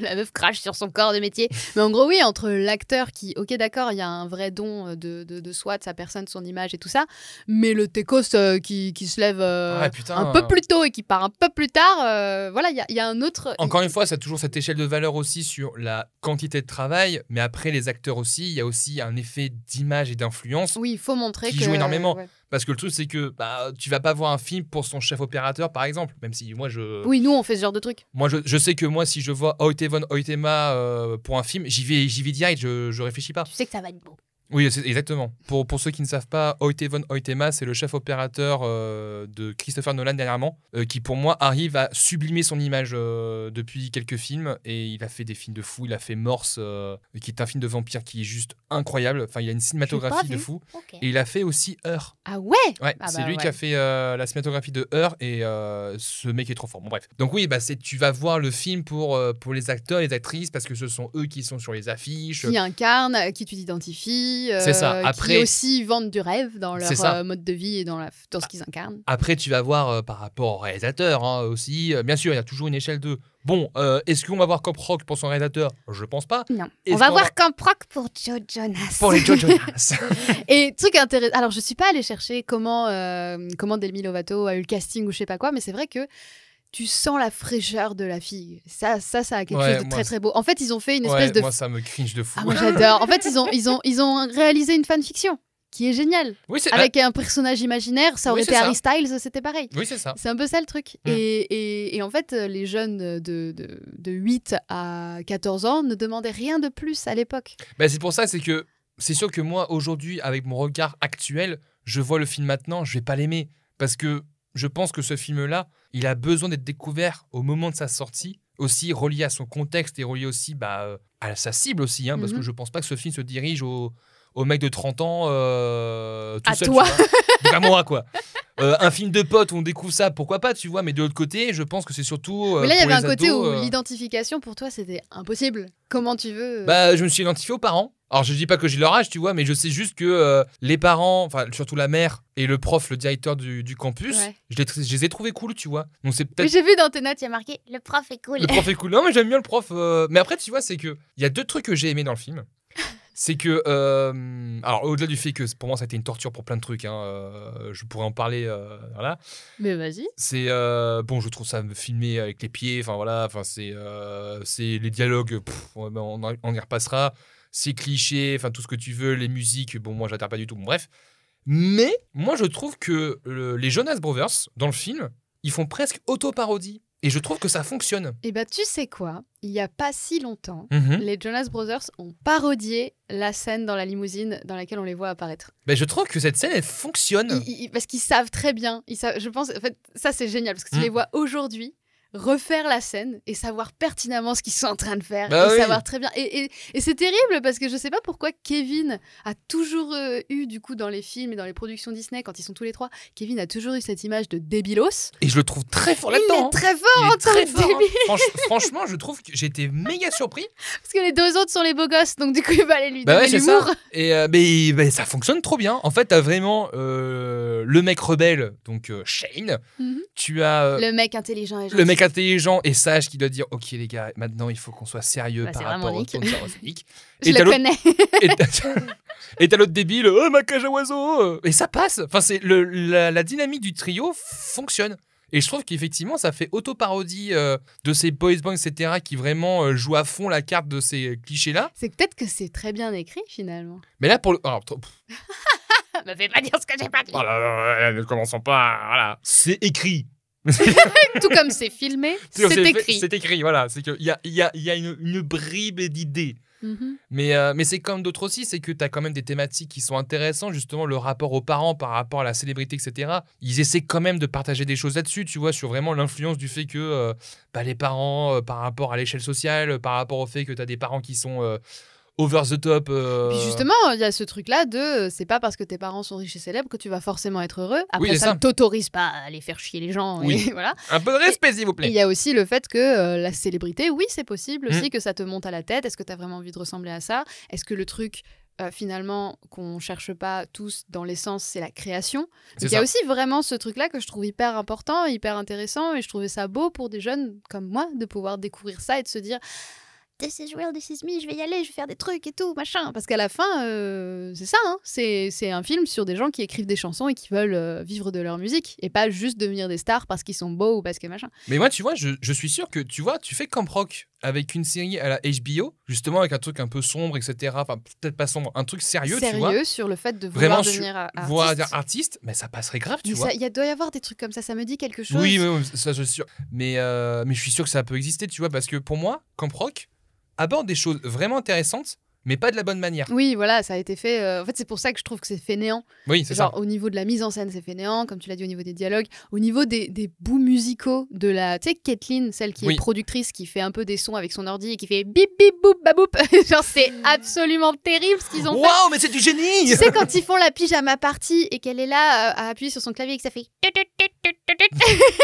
la meuf crache sur son corps de métier. Mais en gros, oui, entre l'acteur qui, ok, d'accord, il y a un vrai don euh, de, de, de soi, de sa personne, de son image et tout ça, mais le techos euh, qui, qui se lève euh, Ouais, putain. un peu plus tôt et qui part un peu plus tard, euh, voilà, il y a, il y a un autre. Encore une fois, ça a toujours cette échelle de valeur aussi sur la quantité de travail, mais après les acteurs aussi, il y a aussi un effet d'image et d'influence. Oui, il faut montrer Qui que. joue énormément. ouais. Parce que le truc, c'est que bah, tu vas pas voir un film pour son chef opérateur, par exemple, même si moi je. Oui, nous, on fait ce genre de truc. Moi, je, je sais que moi, si je vois Oitevon Oitema euh, pour un film, j'y vais, j'y vais direct, je, je réfléchis pas. Tu sais que ça va être beau. Oui, c'est- exactement. Pour, pour ceux qui ne savent pas, Oitevon Oitema, c'est le chef opérateur euh, de Christopher Nolan dernièrement, euh, qui pour moi arrive à sublimer son image euh, depuis quelques films. Et il a fait des films de fou. Il a fait Morse, euh, qui est un film de vampire qui est juste incroyable. Enfin, il a une cinématographie de vu. fou. Ok. Et il a fait aussi Heur. Ah ouais Ouais, Ah c'est bah lui qui ouais. a fait euh, la cinématographie de Heur et euh, ce mec est trop fort. Bon bref. Donc oui, bah c'est tu vas voir le film pour euh, pour les acteurs, les actrices parce que ce sont eux qui sont sur les affiches. Qui incarne, à qui tu t'identifies, euh, C'est ça. qui Après- aussi vendent du rêve dans C'est leur ça. euh, mode de vie et dans, la, dans ce qu'ils incarnent. Après tu vas voir euh, par rapport au réalisateur hein, aussi. Euh, Bien sûr, il y a toujours une échelle de bon. euh, Est-ce qu'on va voir Cop Rock pour son réalisateur Je pense pas. Non. Est-ce On va qu'on voir Camp Rock pour Joe (laughs) Jonas. (laughs) Pour les Joe Jonas. Et truc intéressant. Alors, je suis pas allée chercher comment, euh, comment Demi Lovato a eu le casting ou je sais pas quoi, mais c'est vrai que tu sens la fraîcheur de la fille. Ça, ça, ça a quelque Ouais, chose de moi, très très beau. En fait, ils ont fait une ouais, espèce de. moi ça me cringe de fou. Ah, moi j'adore. En fait, ils ont, ils ont, ils ont réalisé une fanfiction qui est géniale. oui c'est Avec un personnage imaginaire, Eh ben Oui, ça aurait c'est été ça. Harry Styles, c'était pareil. bah, oui c'est ça. C'est un peu ça le truc. Mm. Et, et- et en fait, euh, les jeunes de, de, de 8 à 14 ans ne demandaient rien de plus à l'époque. Bah, c'est pour ça, c'est que c'est sûr que moi, aujourd'hui, avec mon regard actuel, je vois le film maintenant, je vais pas l'aimer. Parce que je pense que ce film-là, il a besoin d'être découvert au moment de sa sortie, aussi relié à son contexte et relié aussi bah, euh, à sa cible aussi. hein, Parce Mhm. que je pense pas que ce film se dirige au, au mec de 30 ans euh, tout À seul. toi. tu vois. Donc à moi, quoi. Euh, un film de potes où on découvre ça, pourquoi pas, tu vois. Mais de l'autre côté, je pense que c'est surtout. euh, Mais là, il y pour avait un les côté ados, où euh, l'identification pour toi, c'était impossible. Comment tu veux euh, bah, je me suis identifié aux parents. Alors, je dis pas que j'ai leur âge, tu vois, mais je sais juste que euh, les parents, enfin, surtout la mère et le prof, le directeur du, du campus, Ouais. je, les, tr- je les ai trouvés cool, tu vois. Donc, c'est Mais peut-être. J'ai vu dans tes notes, Note, il y a marqué le prof est cool. Le prof est cool. Non, mais j'aime bien le prof. euh, Mais après, tu vois, c'est que. Il y a deux trucs que j'ai aimé dans le (laughs) film. C'est que. euh, Alors, au-delà du fait que pour moi, ça a été une torture pour plein de trucs, hein, euh, je pourrais en parler. euh, Voilà. mais vas-y. C'est. euh, Bon, je trouve ça me filmer avec les pieds, enfin voilà. Enfin, c'est. euh, C'est les dialogues, pff, on, on- on y repassera c'est clichés, enfin tout ce que tu veux, les musiques, bon moi j'adhère pas du tout, bon, bref. Mais moi je trouve que euh, les Jonas Brothers dans le film, ils font presque auto-parodie et je trouve que ça fonctionne. Et bah, tu sais quoi Il y a pas si longtemps, Hmm les Jonas Brothers ont parodié la scène dans la limousine dans laquelle on les voit apparaître. Mais Ben, je trouve que cette scène elle fonctionne. Ils- ils- parce qu'ils savent très bien. Ils savent- je pense, en fait, ça c'est génial parce que tu Mm. les vois aujourd'hui refaire la scène et savoir pertinemment ce qu'ils sont en train de faire Bah et oui. savoir très bien. Et, et- et c'est terrible parce que je sais pas pourquoi Kevin a toujours euh, eu du coup dans les films et dans les productions Disney quand ils sont tous les trois, Kevin a toujours eu cette image de débilos. Et je le trouve très fort Il là-dedans. est hein. très fort Il en est tant très que fort, hein. débile Franch- franchement, je trouve que j'étais méga surpris. parce que les deux autres sont les beaux gosses donc du coup il fallait lui Bah donner ouais, c'est l'humour. ça. Et euh, mais, mais ça fonctionne trop bien. En fait, t'as vraiment euh, le mec rebelle, donc euh, Shane. (laughs) Mhm. Tu as euh, Le mec intelligent et gentil. le mec intelligent et sage qui doit dire ok les gars maintenant il faut qu'on soit sérieux Bah, par c'est vraiment rapport au Nick. tour de (laughs) Sarah Sonic. je et t'as le l'autre- connais. (laughs) et t'as- (laughs) et t'as l'autre débile oh ma cage à oiseaux euh. et ça passe enfin c'est le- la, la dynamique du trio fonctionne et je trouve qu'effectivement ça fait auto-parodie euh, de ces boys bands etc qui vraiment euh, jouent à fond la carte de ces clichés là C'est peut-être que c'est très bien écrit finalement. mais là pour le alors, t- pff, (laughs) me fais pas dire ce que j'ai pas dit. oh là là là, ne commençons pas voilà c'est écrit Tout comme c'est filmé, c'est fait- écrit. c'est écrit voilà c'est qu'il y a, il y a- il y a une, une bribe d'idées Mhm. Mais, euh, mais c'est comme d'autres aussi, c'est que tu as quand même des thématiques qui sont intéressantes, justement le rapport aux parents par rapport à la célébrité, etc. Ils essaient quand même de partager des choses là-dessus, tu vois, sur vraiment l'influence du fait que euh, bah, les parents, euh, par rapport à l'échelle sociale, euh, par rapport au fait que tu as des parents qui sont euh, over the top. euh, Puis justement, il y a ce truc-là de euh, c'est pas parce que tes parents sont riches et célèbres que tu vas forcément être heureux. Après, c'est ça ça. ne t'autorise pas à aller faire chier les gens. et Oui. (laughs) voilà. Un peu de respect, s'il vous Et plaît. il y a aussi le fait que euh, la célébrité, oui, c'est possible aussi Mm. que ça te monte à la tête. Est-ce que tu as vraiment envie de ressembler à ça Est-ce que le truc, euh, finalement, qu'on cherche pas tous dans l'essence, c'est la création C'est Donc, Il y a ça. aussi vraiment ce truc-là que je trouve hyper important, hyper intéressant. Et je trouvais ça beau pour des jeunes comme moi de pouvoir découvrir ça et de se dire This is real, this is me, je vais y aller, je vais faire des trucs et tout, machin. hein, Parce qu'à la fin, euh, c'est ça, hein. c'est c'est un film sur des gens qui écrivent des chansons et qui veulent euh, vivre de leur musique et pas juste devenir des stars parce qu'ils sont beaux ou parce que machin. Mais moi, tu vois, je, je suis sûr que tu vois, tu fais Camp Rock avec une série à la HBO, justement avec un truc un peu sombre, etc. Enfin, peut-être pas sombre, un truc sérieux, Ah, tu vois. sur le fait de Vraiment vouloir su- devenir a- artiste. Voir dire artiste, mais ça passerait grave, tu Mais vois. ça- il y a- doit y avoir des trucs comme ça, ça me dit quelque chose. Oui, oui, oui, ça je suis sûr. Mais, euh, mais je suis sûr que ça peut exister, tu vois, parce que pour moi, Camp Rock aborde des choses vraiment intéressantes, mais pas de la bonne manière. Oui, voilà, ça a été fait. euh, En fait, c'est pour ça que je trouve que c'est fainéant. Oui, c'est ça. Genre, au niveau de la mise en scène, c'est fainéant, comme tu l'as dit, au niveau des dialogues, au niveau des, des bouts musicaux de la. Tu sais, Kathleen, celle qui est Oui. productrice, qui fait un peu des sons avec son ordi et qui fait bip bip boop baboup. (laughs) Genre, c'est absolument terrible ce qu'ils ont fait. Waouh, mais c'est du génie Tu sais, quand ils font la pyjama party et qu'elle est là euh, à appuyer sur son clavier et que ça fait. (laughs) tut, tut, tut, tut, tut, tut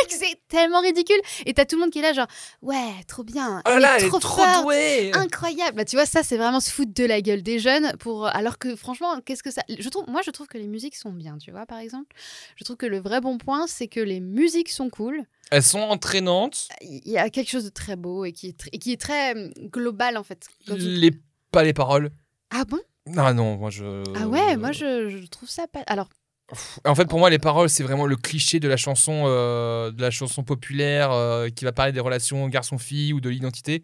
c'est tellement ridicule. Et t'as tout le monde qui est là, genre, ouais, trop bien. Oh là là, elle est trop forte, douée Incroyable. Bah, tu vois, ça, c'est vraiment se foutre de la gueule des jeunes. pour euh, Alors que, franchement, qu'est-ce que ça. Je trouve... Moi, je trouve que les musiques sont bien, tu vois, par exemple. Je trouve que le vrai bon point, c'est que les musiques sont cool. Elles sont entraînantes, Il y a quelque chose de très beau et qui est, tr- et qui est très hum, global, en fait. Quand tu- les... pas les paroles. Ah bon Ah non, moi je. Ah ouais, moi, je, je trouve ça pas. Alors, En fait, pour moi, les paroles, c'est vraiment le cliché de la chanson, euh, de la chanson populaire euh, qui va parler des relations garçon-fille ou de l'identité.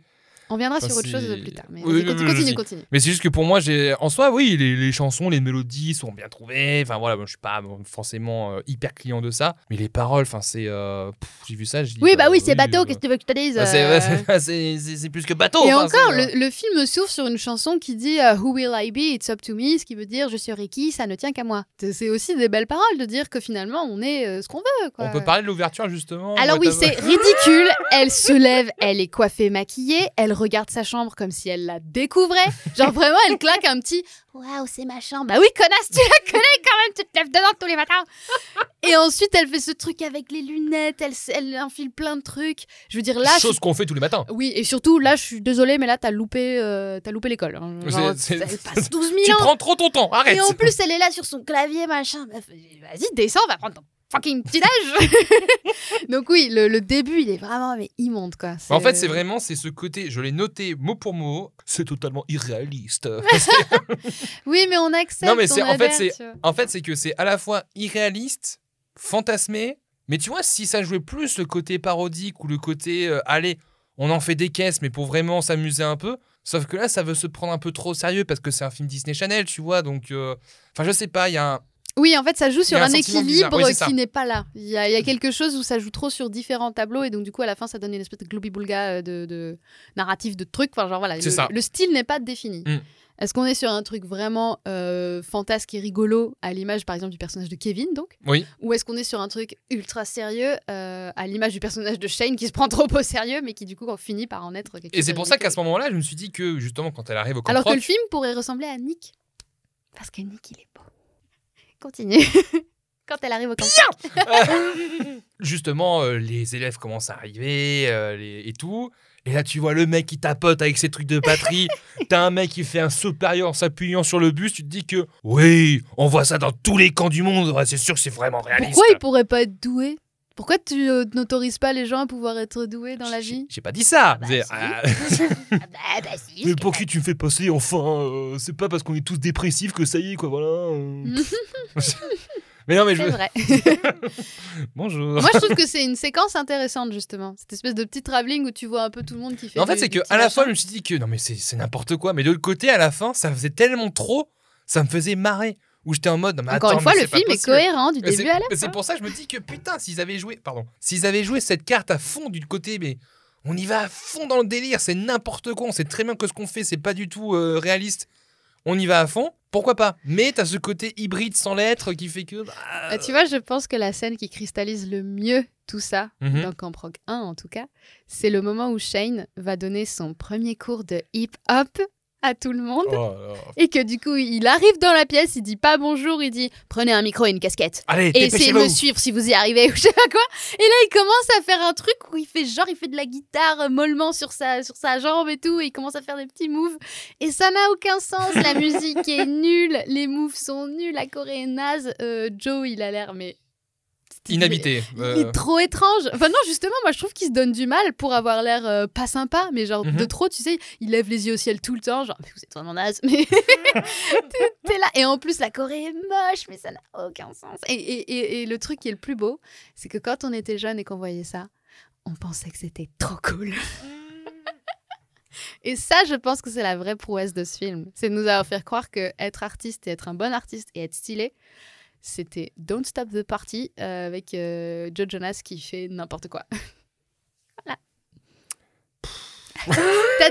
on viendra Ça, sur autre chose c'est- plus tard. Mais Oui, vas-y, oui, continue, oui, continue, vas-y. continue. Mais c'est juste que pour moi, j'ai en soi, oui, les, les chansons, les mélodies sont bien trouvées. Enfin voilà, moi, je suis pas bon, forcément euh, hyper client de ça, mais les paroles, enfin c'est, euh, pff, j'ai vu ça, je dis, Oui, bah euh, oui, c'est bateau, euh, qu'est-ce que tu veux que je te dise bah, c'est, (laughs) euh, c'est- c'est- c'est- c'est plus que bateau. Et enfin, encore, c'est, euh, le, le film s'ouvre sur une chanson qui dit euh, Who will I be? It's up to me, ce qui veut dire Je suis Ricky, ça ne tient qu'à moi. C'est- C'est aussi des belles paroles de dire que finalement on est euh, ce qu'on veut. quoi. On peut parler de l'ouverture justement. Alors oui, ouais, c'est ridicule. Elle se lève, elle est coiffée, maquillée, elle regarde sa chambre comme si elle la découvrait. Genre vraiment, elle claque un petit Waouh, c'est ma chambre. Bah oui, connasse, tu la connais quand même, tu te lèves dedans tous les matins. Et ensuite, elle fait ce truc avec les lunettes, elle, s- elle enfile plein de trucs. Je veux dire, là, t'as- je suis chose qu'on fait tous les matins. oui, et surtout, là, je suis désolée, mais là, t'as loupé, euh, t'as loupé l'école. hein. Genre, C'est- c'est- Elle passe 12 Tu 000 ans. prends trop ton temps, arrête. Et en plus, elle est là sur son clavier, machin. Meuf, Vas-y, descends, va prendre ton (laughs) fucking petit âge. (laughs) Donc oui, le, le début, il est vraiment mais immonde, quoi. Bah, En fait, c'est vraiment c'est ce côté, je l'ai noté mot pour mot, c'est totalement (laughs) irréaliste. Oui, mais on accepte. Non, mais c'est- on en fait, adhère, c'est- tu vois. En fait, c'est que c'est à la fois irréaliste, fantasmé, mais tu vois, si ça jouait plus le côté parodique ou le côté euh, allez, on en fait des caisses, mais pour vraiment s'amuser un peu. Sauf que là, ça veut se prendre un peu trop au sérieux parce que c'est un film Disney Channel, tu vois. Donc, euh, enfin, je sais pas, il y a un. Oui, en fait, ça joue sur Il y a un un, sentiment bizarre, équilibre oui, c'est ça. qui n'est pas là. Il y, a, il y a quelque chose où ça joue trop sur différents tableaux et donc du coup, à la fin, ça donne une espèce de gloobie-boulga euh, de, de narratif de trucs. Enfin, genre voilà, le, C'est ça. le style n'est pas défini. Mm. Est-ce qu'on est sur un truc vraiment euh, fantasque et rigolo à l'image, par exemple, du personnage de Kevin, donc Oui. Ou est-ce qu'on est sur un truc ultra sérieux euh, à l'image du personnage de Shane qui se prend trop au sérieux, mais qui du coup finit par en être quelque chose Et c'est de pour ça qu'à ridicule. ce moment-là, je me suis dit que justement, quand elle arrive au camp Alors que Rock, le film pourrait ressembler à Nick. Parce que Nick, il est beau. Continue. Quand elle arrive au camping. justement, euh, les élèves commencent à arriver euh, les- et tout. Et là, tu vois le mec qui tapote avec ses trucs de batterie. (laughs) T'as un mec qui fait un supérieur en s'appuyant sur le bus. Tu te dis que oui, on voit ça dans tous les camps du monde. Ouais, c'est sûr que c'est vraiment réaliste. Pourquoi il pourrait pas être doué Pourquoi tu euh, n'autorises pas les gens à pouvoir être doués dans la J'ai- (laughs) vie J'ai pas dit ça. Bah, C'est- si. ah, (laughs) Ah bah, bah si. mais je pour l'ai qui tu me fais passer Enfin, euh, c'est pas parce qu'on est tous dépressifs que ça y est, quoi. Voilà. (laughs) (laughs) euh, pff. mais non, mais je. C'est vrai. (laughs) Bonjour. Moi, je trouve que c'est une séquence intéressante, justement. Cette espèce de petit travelling où tu vois un peu tout le monde qui fait. Mais en fait, du- c'est du que petit à la machin. fois, je me suis dit que non, mais c'est c'est n'importe quoi. Mais de l'autre côté, à la fin, ça faisait tellement trop, ça me faisait marrer. Où j'étais en mode, non, mais Encore attends, une fois, mais le c'est pas film est possible. cohérent du Mais début c'est- à la mais C'est fin. pour ça que je me dis que putain, s'ils avaient joué, pardon, s'ils avaient joué cette carte à fond du côté, mais On y va à fond dans le délire, c'est n'importe quoi, on sait très bien que ce qu'on fait, c'est pas du tout euh, réaliste. On y va à fond, pourquoi pas Mais t'as ce côté hybride sans lettres qui fait que. bah, Bah, tu vois, je pense que la scène qui cristallise le mieux tout ça, mhm. dans Camp Rock 1 en tout cas, c'est le moment où Shane va donner son premier cours de hip-hop à tout le monde. Oh là là. Et que du coup, il arrive dans la pièce, il dit pas bonjour, il dit prenez un micro et une casquette. Allez, Et essayez de dépêchez-vous me suivre si vous y arrivez (laughs) ou je sais pas quoi. Et là, il commence à faire un truc où il fait genre, il fait de la guitare euh, mollement sur sa, sur sa jambe et tout. Et il commence à faire des petits moves. Et ça n'a aucun (laughs) sens. La musique est nulle. Les moves sont nuls. La Corée est naze. Euh, Joe, il a l'air, mais. Inhabité. Il euh, est trop étrange. Enfin non, justement, moi je trouve qu'il se donne du mal pour avoir l'air euh, pas sympa, mais genre Mhm. de trop, tu sais, il lève les yeux au ciel tout le temps, genre mais vous êtes vraiment naze, (laughs) mais t'es- t'es là. Et en plus, la Corée est moche, mais ça n'a aucun sens. Et, et- et- et le truc qui est le plus beau, c'est que quand on était jeune et qu'on voyait ça, on pensait que c'était trop cool. (laughs) Et ça, je pense que c'est la vraie prouesse de ce film. C'est de nous avoir fait croire que être artiste et être un bon artiste et être stylé, c'était Don't Stop the Party euh, avec euh, Joe Jonas qui fait n'importe quoi. (laughs) voilà. T'as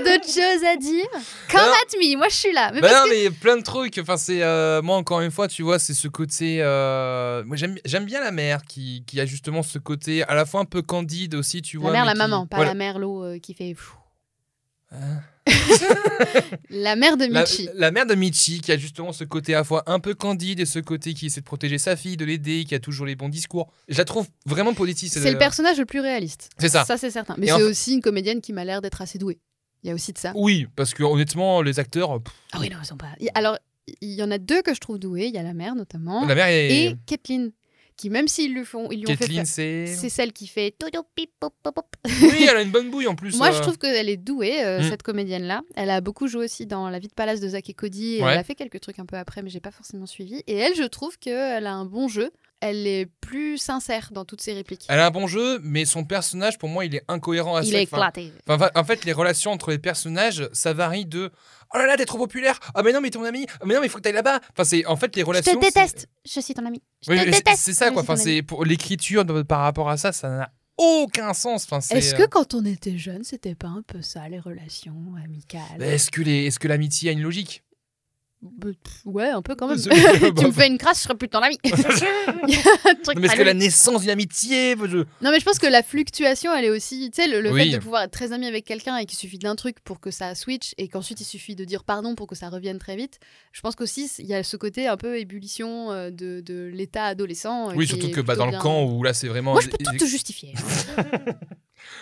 (laughs) d'autres choses à dire Come non. at me, moi je suis là. Mais Bah parce non, mais plein de trucs. Enfin, c'est euh, moi encore une fois, tu vois, c'est ce côté. euh, Moi, j'aime j'aime bien la mère qui, qui a justement ce côté à la fois un peu candide aussi, tu que vois. la mère, mais la qui- maman, pas voilà. la mère l'eau euh, qui fait. pfff. Hein (laughs) la mère de La, euh, Michi. la mère de Michi qui a justement ce côté à la fois un peu candide et ce côté qui essaie de protéger sa fille, de l'aider, qui a toujours les bons discours. Je la trouve vraiment politique. C'est le personnage le plus réaliste. C'est ça. Ça c'est certain. Mais Et c'est en fait- aussi une comédienne qui m'a l'air d'être assez douée. Il y a aussi de ça. Oui, parce que honnêtement, les acteurs, pff, Ah oui, non, ils sont pas. Y- Alors, il y en a deux que je trouve doués. Il y a la mère notamment la mère Hein et, est. Kathleen, qui même s'ils lui font, ils lui ont fait Kathleen, faire- c'est. c'est celle qui fait. Dodo, pip, pop, pop, pop. Oui, elle a une bonne bouille en plus. Moi, je euh. trouve qu'elle est douée, euh, Mm. cette comédienne-là. Elle a beaucoup joué aussi dans La vie de palace de Zach et Cody. et Ouais. Elle a fait quelques trucs un peu après, mais j'ai pas forcément suivi. Et elle, je trouve qu'elle a un bon jeu. Elle est plus sincère dans toutes ses répliques. Elle a un bon jeu, mais son personnage, pour moi, il est incohérent à Il sec. est Enfin, éclaté. Enfin, va- en fait, les relations entre les personnages, ça varie de Oh là là, t'es trop populaire Ah, mais non, mais ton ami Ah, mais non, mais faut que t'ailles là-bas Enfin, c'est en fait les Je relations. te c'est- déteste. Je suis ton ami. Je Oui, te mais c'est- déteste. C'est ça, quoi. Je suis ton Enfin, ami. c'est pour l'écriture de- par rapport à ça, ça n'a aucun sens. Enfin, c'est, Est-ce euh, que quand on était jeune, c'était pas un peu ça, les relations amicales mais Est-ce que les... est-ce que l'amitié a une logique Bah, pff, Ouais, un peu quand (laughs) même. C'est- bah, tu me bah, fais une crasse, je serais plus ton ami. Il y a un truc non, mais est-ce que très la naissance d'une amitié je- Non, mais je pense que la fluctuation, elle est aussi. Tu sais, le, le Oui. fait de pouvoir être très ami avec quelqu'un et qu'il suffit d'un truc pour que ça switch et qu'ensuite il suffit de dire pardon pour que ça revienne très vite. Je pense qu'aussi, il y a ce côté un peu ébullition euh, de, de l'état adolescent. euh, Oui, qui surtout est que bah, plutôt dans le bien. camp où là, c'est vraiment. Moi, je peux tout te justifier.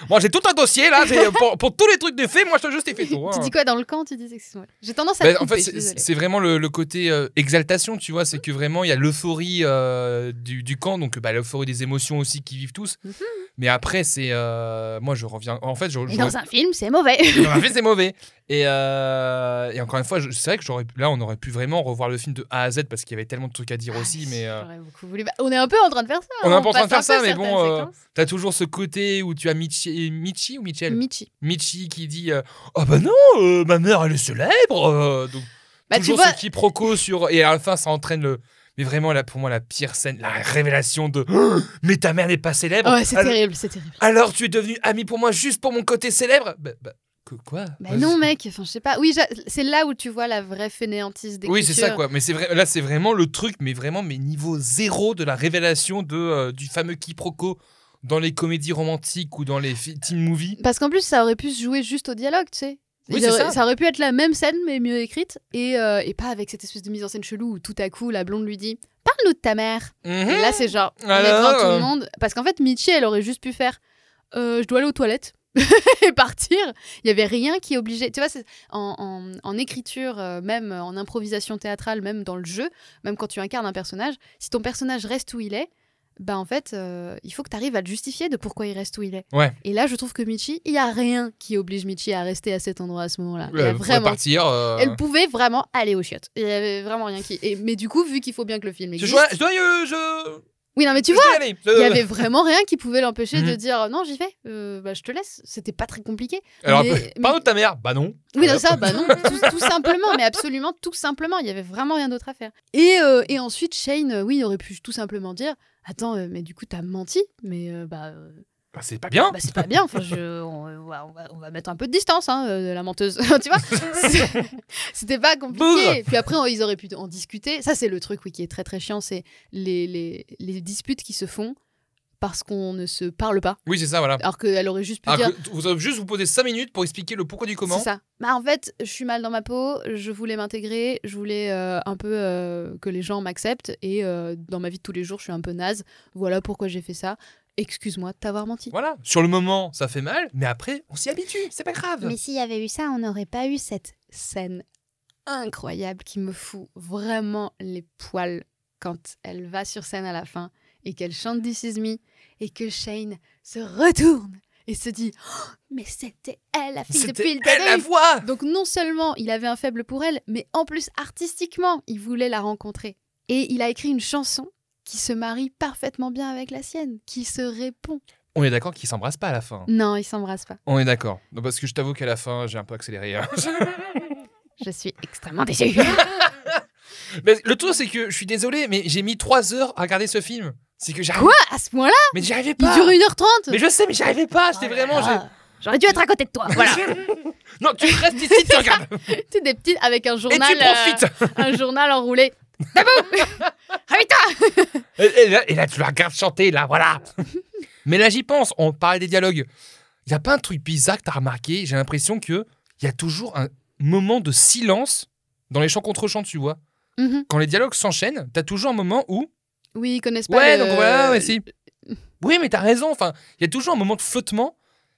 Moi, j'ai tout un dossier là, j'ai- pour, pour tous les trucs de fait, moi, je te justifie tout. tu hein. dis quoi dans le camp Tu dis excuse-moi. J'ai tendance à. Bah, te en fait, couper, je suis c'est- désolée. c'est vraiment le, le côté euh, exaltation, tu vois. C'est que vraiment, il y a l'euphorie euh, du, du camp, donc bah, l'euphorie des émotions aussi qui vivent tous. Mhm. Mais après, c'est. euh, moi, je reviens. En fait, je. Et je- dans un film, (laughs) c'est mauvais. dans un film, c'est mauvais. Et, euh, et encore une fois, je- c'est vrai que j'aurais, là, on aurait pu vraiment revoir le film de A à Z parce qu'il y avait tellement de trucs à Ah, dire aussi. Mais euh, J'aurais beaucoup voulu- bah, on est un peu en train de faire ça. On est hein, un peu en train de passe faire un peu ça, mais bon, certaines euh, séquences. t'as toujours ce côté où tu as Michi, Michi ou Michel Michi. Michi qui dit euh, Ah bah non, euh, ma mère, elle est célèbre euh, donc, Bah, tu toujours vois, ce quiproquo sur et à la fin ça entraîne le mais vraiment là pour moi la pire scène la révélation de (gasps) mais ta mère n'est pas célèbre ouais, oh, c'est alors, terrible, c'est terrible. alors tu es devenu ami pour moi juste pour mon côté célèbre bah, bah, que- quoi Bah Vas-y. non, mec, enfin, je sais pas. Oui, j'a- c'est là où tu vois la vraie fainéantise des oui c'est ça quoi mais c'est vrai là c'est vraiment le truc mais vraiment mais niveau zéro de la révélation de euh, du fameux quiproquo dans les comédies romantiques ou dans les fi- teen movies Parce qu'en plus, ça aurait pu se jouer juste au dialogue, tu sais. Oui, Il c'est aurait- ça. aurait pu être la même scène, mais mieux écrite, et, euh, et pas avec cette espèce de mise en scène chelou où tout à coup, la blonde lui dit Parle-nous de ta mère. Mhm. Et là, c'est genre, on est Alors, devant tout euh, le monde. Parce qu'en fait, Michi, elle aurait juste pu faire Euh, Je dois aller aux toilettes (laughs) et partir. Il y avait rien qui obligeait. Tu vois, c'est- en, en- en écriture, euh, même euh, en improvisation théâtrale, même dans le jeu, même quand tu incarnes un personnage, si ton personnage reste où il est, bah en fait, euh, il faut que tu arrives à le justifier de pourquoi il reste où il est. Ouais. Et là, je trouve que Michi, il y a rien qui oblige Michi à rester à cet endroit à ce moment-là. Il y elle a pourrait vraiment. partir euh, Elle pouvait vraiment aller aux chiottes. Il y avait vraiment rien qui. et- mais du coup, vu qu'il faut bien que le film je, existe. dois- je dois euh, je Oui, non, mais tu je vois, dois y aller. Je- il y avait vraiment rien qui pouvait l'empêcher de Euh. Mhm. dire non, j'y vais, euh, bah, je te laisse. C'était pas très compliqué. alors mais- un peu, mais- parle de ta mère bah non Oui, non, ça, bah non, tout, tout simplement, mais absolument tout simplement. Il y avait vraiment rien d'autre à faire. Et, euh, et ensuite, Shane, euh, oui, il aurait pu tout simplement dire Attends, euh, mais du coup, t'as menti, mais euh, bah. euh, Bah, c'est pas bien. Bah, c'est pas bien. Enfin, je- on, on va, on va- on va mettre un peu de distance, hein, euh, de la menteuse. (laughs) tu vois C'est- C'était pas compliqué. Bougre. Et puis après, on- ils auraient pu en discuter. Ça, c'est le truc oui, qui est très très chiant c'est les, les, les disputes qui se font parce qu'on ne se parle pas. Oui, c'est ça, voilà. Alors qu'elle aurait juste pu Ah, dire. que- vous avez juste vous poser 5 minutes pour expliquer le pourquoi du comment. C'est ça. Bah, en fait, je suis mal dans ma peau, je voulais m'intégrer, je voulais euh, un peu euh, que les gens m'acceptent et euh, dans ma vie de tous les jours, je suis un peu naze. Voilà pourquoi j'ai fait ça. Excuse-moi de t'avoir menti. Voilà. Sur le moment, ça fait mal, mais après, on s'y habitue. C'est pas grave. Mais s'il y avait eu ça, on n'aurait pas eu cette. Scène incroyable qui me fout vraiment les poils quand elle va sur scène à la fin et qu'elle chante This Is Me et que Shane se retourne et se dit Oh, Mais c'était elle la fille depuis C'était le elle la début voix. Donc non seulement il avait un faible pour elle, mais en plus artistiquement, il voulait la rencontrer. Et il a écrit une chanson qui se marie parfaitement bien avec la sienne, qui se répond. On est d'accord qu'ils s'embrassent pas à la fin. Non, ils s'embrassent pas. On est d'accord. Non, Parce que je t'avoue qu'à la fin, j'ai un peu accéléré. hein. (laughs) Je suis extrêmement déçue. Ah, mais le tout, c'est que je suis désolé, mais j'ai mis 3 heures à regarder ce film. C'est que j'arrive. Quoi À ce point-là Mais j'y arrivais Il pas. dure 1h30 Mais je sais, mais j'y arrivais pas. J'étais vraiment. j'ai- J'aurais dû être à côté de (laughs) toi. Voilà. non, tu restes ici, tu regardes. Tu sais, des petites avec un Et journal, tu profites. euh, un journal enroulé. (laughs) Tabou Réveille-toi Et, et là, et là, tu la regardes chanter, là, (laughs) voilà. Mais là, j'y pense, on parlait des dialogues. Il n'y a pas un truc bizarre que tu as remarqué. J'ai l'impression que il y a toujours un moment de silence dans les chants contre chants, tu vois. Mhm. Quand les dialogues s'enchaînent, tu as toujours un moment où. Oui, ils connaissent pas. Ouais, le- donc voilà, ouais, si. Oui, mais tu as raison. Enfin, il y a toujours un moment de flottement.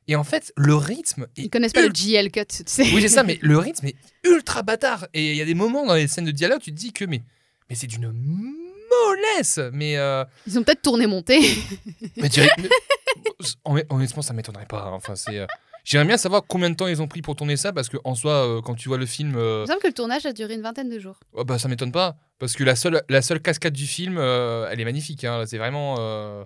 Et en fait, le rythme Ils (laughs) est. connaissent pas le GL cut, tu sais. Oui, c'est ça, mais le rythme est ultra bâtard. Et il y a des moments dans les scènes de dialogue, tu te dis que, mais, mais c'est d'une mollesse. Mais. euh, Ils ont peut-être (laughs) tourné monté. Mais tu- mais- Hon- Honnêtement, ça m'étonnerait pas. hein. Enfin, c'est. euh, J'aimerais bien savoir combien de temps ils ont pris pour tourner ça, parce que en soi, euh, quand tu vois le film, Il euh, me semble que le tournage a duré une vingtaine de jours. oh, bah ça m'étonne pas, parce que la seule, la seule cascade du film, euh, elle est magnifique. hein. C'est vraiment, euh,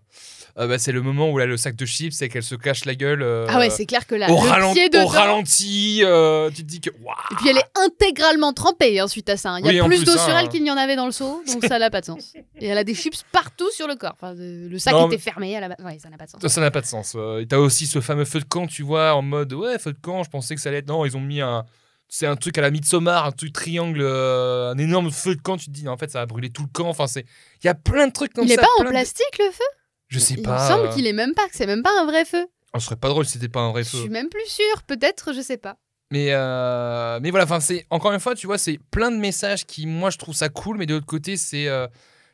euh, bah, c'est le moment où elle a le sac de chips et qu'elle se cache la gueule. euh, ah ouais, c'est clair que là, au, le ralent- pied au dedans- ralenti. euh, tu te dis que. Waouh Et puis elle est intégralement trempée hein, suite à ça. Il y a Oui, en plus, plus, d'eau hein, sur euh. elle qu'il n'y en avait dans le seau, donc ça n'a pas de sens. Et elle a des chips partout sur le corps. Enfin, euh, le sac Non, était mais- fermé, à la... base. ouais, ça n'a pas de sens. Ça, ça n'a pas de sens. Euh, et T'as aussi ce fameux feu de camp, tu vois, en mode ouais, feu de camp, je pensais que ça allait être. Non, ils ont mis un. C'est un truc à la Midsommar, un truc triangle, euh, un énorme feu de camp. Tu te dis, non, en fait, ça va brûler tout le camp. Enfin, c'est. Il y a plein de trucs comme Il ça. est pas en plein de- plastique le feu Je sais Il me pas. semble euh, qu'il est même pas, que c'est même pas un vrai feu. On serait pas drôle si c'était pas un vrai Je feu. suis même plus sûre, peut-être, je sais pas. Mais, euh, mais voilà, enfin, c'est encore une fois, tu vois, c'est plein de messages qui, moi, je trouve ça cool, mais de l'autre côté, c'est euh,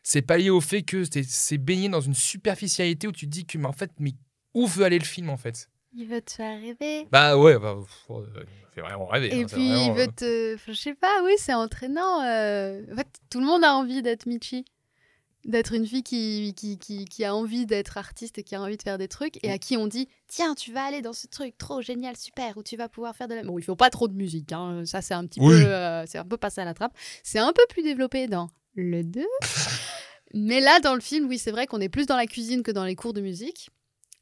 c'est pas lié au fait que t'es- c'est baigné dans une superficialité où tu te dis que, mais en fait, mais où veut aller le film, en fait Il veut te faire rêver. Bah ouais, bah, pff, euh, il fait vraiment rêver. Et hein, c'est puis vraiment, il euh, veut te. enfin, je sais pas, oui, c'est entraînant. euh. En fait, tout le monde a envie d'être Michi. D'être une fille qui, qui, qui, qui a envie d'être artiste et qui a envie de faire des trucs et à qui on dit Tiens, tu vas aller dans ce truc trop génial, super, où tu vas pouvoir faire de la. Bon, ils font pas trop de musique, hein. ça c'est un petit Oui. peu. euh, c'est un peu passé à la trappe. C'est un peu plus développé dans le 2. Mais là, dans le film, oui, c'est vrai qu'on est plus dans la cuisine que dans les cours de musique.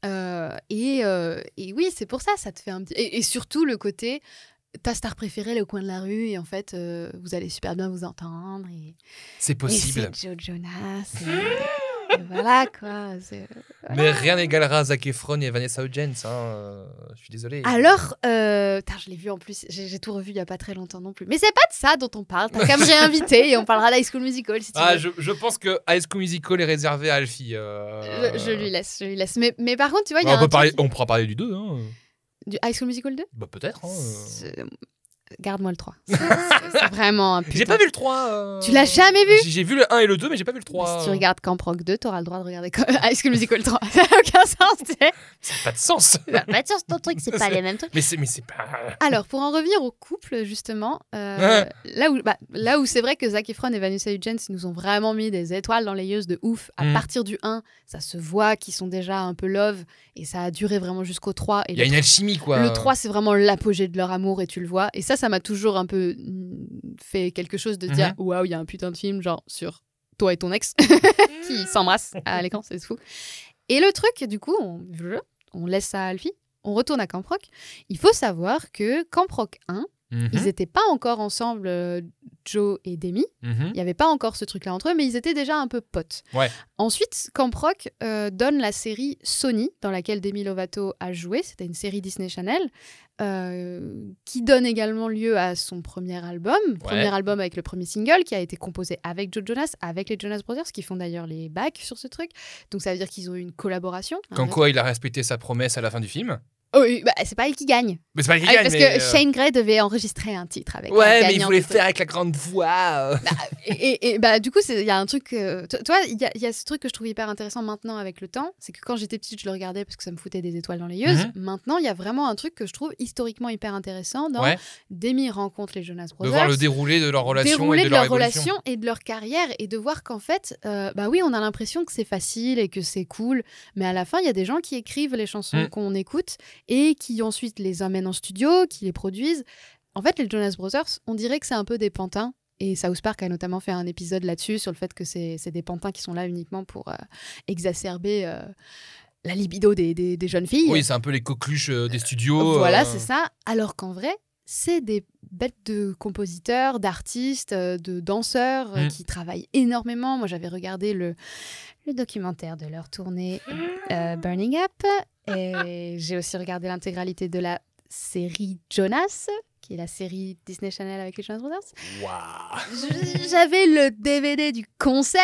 Euh, et, euh, et oui, c'est pour ça, ça te fait un petit. Et, et surtout le côté, ta star préférée, elle est au coin de la rue, et en fait, euh, vous allez super bien vous entendre. Et, euh, C'est et possible. c'est Joe Jonas. et- (laughs) et voilà quoi. c'est- Mais rien n'égalera Zac Efron et Vanessa Hudgens. hein, euh, je suis désolé. Alors, euh, putain, je l'ai vu en plus, j'ai j'ai tout revu il y a pas très longtemps non plus. Mais c'est pas de ça dont on parle. T'as qu'à (laughs) me réinviter et on parlera d'High School Musical si tu Ah, veux. je, je pense que High School Musical est réservé à Alfie. euh. Je, je lui laisse, je lui laisse. Mais, mais par contre, tu vois, il y Bah, a on, un peut truc- parler- on pourra parler du 2. Hein. du High School Musical 2 Bah, peut-être. hein. C'est- euh, Garde-moi le 3. (laughs) C'est- C'est vraiment un putain. J'ai pas vu le 3. euh. Tu l'as jamais vu J'ai- J'ai vu le 1 et le 2, mais j'ai pas vu le 3. Si tu regardes Camp Rock 2, t'auras le droit de regarder (laughs) Co- High School Musical 3. Ça n'a aucun sens, tu sais. Pas de sens. (laughs) Bah, pas de sens, ton truc, c'est (laughs) pas les mêmes trucs. Mais c'est mais c'est pas. (laughs) Alors, pour en revenir au couple, justement, euh, là où, bah, là où c'est vrai que Zac Efron et Vanessa Hudgens nous ont vraiment mis des étoiles dans les yeux de ouf, à Mm. partir du 1, ça se voit qu'ils sont déjà un peu love, et ça a duré vraiment jusqu'au 3. Et Il y a le une alchimie, quoi. Le 3, c'est vraiment l'apogée de leur amour et tu le vois. Et ça, ça m'a toujours un peu mm, fait quelque chose de dire Mhm. waouh, il y a un putain de film, genre sur toi et ton ex (laughs) qui s'embrassent à l'écran, c'est fou. Et le truc, du coup, on, on laisse ça à Alfie, on retourne à Camp Rock. Il faut savoir que Camp Rock 1, Mhm, Ils n'étaient pas encore ensemble, euh, Joe et Demi. mhm. Il n'y avait pas encore ce truc-là entre eux, mais ils étaient déjà un peu potes. Ouais. Ensuite, Camp Rock euh, donne la série Sony, dans laquelle Demi Lovato a joué. C'était une série Disney Channel, euh, qui donne également lieu à son premier album. Premier album avec le premier single, qui a été composé avec Joe Jonas, avec les Jonas Brothers, qui font d'ailleurs les bacs sur ce truc. Donc ça veut dire qu'ils ont eu une collaboration. Comme Un- quoi, il a respecté sa promesse à la fin du film. Oh, oui, bah, c'est pas elle qui gagne. Mais c'est pas qu'il Ah oui, gagne, parce mais, que euh, Shane Gray devait enregistrer un titre avec un Ouais, mais il gagnant Bah, voulait du truc. faire avec la grande voix. euh. et, et- bah du coup c'est- il y a un truc euh, to- toi il y, a- il y a ce truc que je trouve hyper intéressant maintenant avec le temps c'est que quand j'étais petite je le regardais parce que ça me foutait des étoiles dans les yeux Mhm. maintenant il y a vraiment un truc que je trouve historiquement hyper intéressant dans Ouais. Demi rencontre les Jonas De Brothers voir le déroulé de leur relation déroulé et de leur, leur évolution. relation et de leur carrière et de voir qu'en fait euh, bah oui on a l'impression que c'est facile et que c'est cool mais à la fin il y a des gens qui écrivent les chansons Mm. qu'on écoute et qui ensuite les emmènent en studio qui les produisent en fait les Jonas Brothers on dirait que c'est un peu des pantins et South Park a notamment fait un épisode là-dessus sur le fait que c'est c'est des pantins qui sont là uniquement pour euh, exacerber euh, la libido des, des- des jeunes filles Oui, c'est un peu les coqueluches euh, des studios. voilà, euh, c'est ça. Alors qu'en vrai, c'est des bêtes de compositeurs, d'artistes, euh, de danseurs euh, Mm. qui travaillent énormément. Moi, j'avais regardé le, le documentaire de leur tournée Ah. euh, Burning Up. Et j'ai aussi regardé l'intégralité de la série Jonas, qui est la série Disney Channel avec les Jonas Brothers. waouh. Je- J'avais le DVD du concert,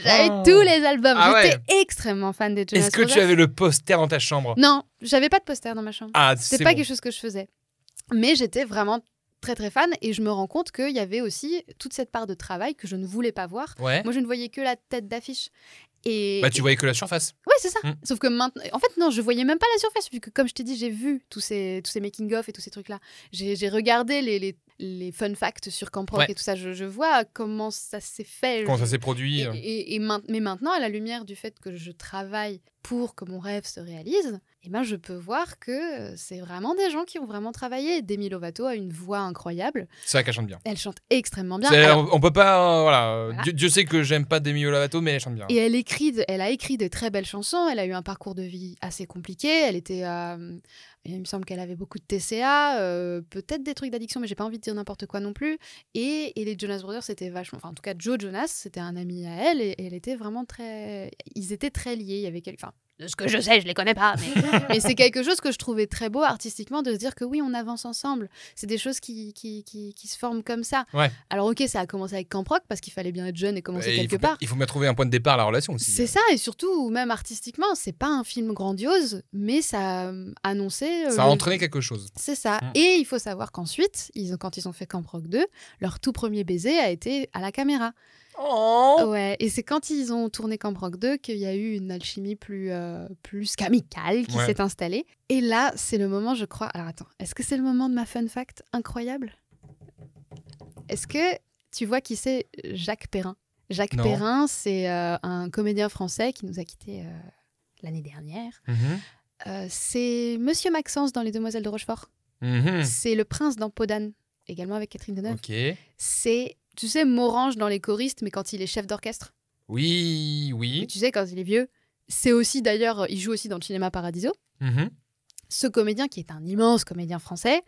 j'avais Oh. tous les albums. Ah ouais. J'étais extrêmement fan des Jonas Est-ce que Brothers. tu avais le poster dans ta chambre Non, j'avais pas de poster dans ma chambre. Ah, C'était c'est pas bon. quelque chose que je faisais. Mais j'étais vraiment très très fan et je me rends compte qu'il y avait aussi toute cette part de travail que je ne voulais pas voir. Ouais. Moi, je ne voyais que la tête d'affiche. Et Bah, tu voyais que la surface. ouais, c'est ça. Mm. Sauf que maintenant, en fait, non, je voyais même pas la surface vu que, comme je t'ai dit, j'ai vu tous ces tous ces making of et tous ces trucs là. J'ai j'ai regardé les, les les fun facts sur Camp Rock Ouais. et tout ça. Je, je vois comment ça s'est fait. Quand ça Je- s'est produit. et, euh, et- et main- mais maintenant, à la lumière du fait que je travaille pour que mon rêve se réalise, eh ben, je peux voir que euh, c'est vraiment des gens qui ont vraiment travaillé. Demi Lovato a une voix incroyable. C'est vrai qu'elle chante bien. Elle chante extrêmement bien. C'est- Alors- on, on peut pas. euh, voilà. euh, Voilà. Dieu, Dieu sait que j'aime pas Demi Lovato, mais elle chante bien. et elle, écrit, de- elle a écrit de très belles chansons. Elle a eu un parcours de vie assez compliqué. Elle était, euh, il me semble qu'elle avait beaucoup de TCA, euh, peut-être des trucs d'addiction, mais j'ai pas envie de dire n'importe quoi non plus. Et, et les Jonas Brothers, c'était vachement. Enfin, en tout cas, Joe Jonas, c'était un ami à elle, et, et elle était vraiment très. Ils étaient très liés. Il y avait quelqu'un. De ce que je sais, je les connais pas, mais. Mais c'est quelque chose que je trouvais très beau artistiquement de se dire que oui, on avance ensemble. C'est des choses qui, qui, qui, qui se forment comme ça. Ouais. Alors, ok, ça a commencé avec Camp Rock parce qu'il fallait bien être jeune et commencer Et il, quelque faut, part. il faut bien trouver un point de départ à la relation aussi. euh. C'est ça, et surtout, même artistiquement, c'est pas un film grandiose, mais ça a annoncé. euh, Ça a le- entraîné quelque chose. C'est ça. Mm. Et il faut savoir qu'ensuite, ils ont, quand ils ont fait Camp Rock 2, leur tout premier baiser a été à la caméra. (laughs) Oh Ouais, et c'est quand ils ont tourné Camp Rock 2 qu'il y a eu une alchimie plus, euh, plus qu'amicale qui Ouais. s'est installée. Et là, c'est le moment, je crois. Alors attends, est-ce que c'est le moment de ma fun fact incroyable Est-ce que tu vois qui c'est Jacques Perrin Jacques Non. Perrin, c'est euh, un comédien français qui nous a quittés euh, l'année dernière. Mhm. Euh, c'est Monsieur Maxence dans Les Demoiselles de Rochefort. Mhm. C'est le prince dans Podane, également avec Catherine Deneuve. Ok. C'est, tu sais, Morange dans Les Choristes, mais quand il est chef d'orchestre. Oui, Et oui. tu sais, quand il est vieux, c'est aussi d'ailleurs, il joue aussi dans le cinéma Paradiso. Mhm. Ce comédien, qui est un immense comédien français,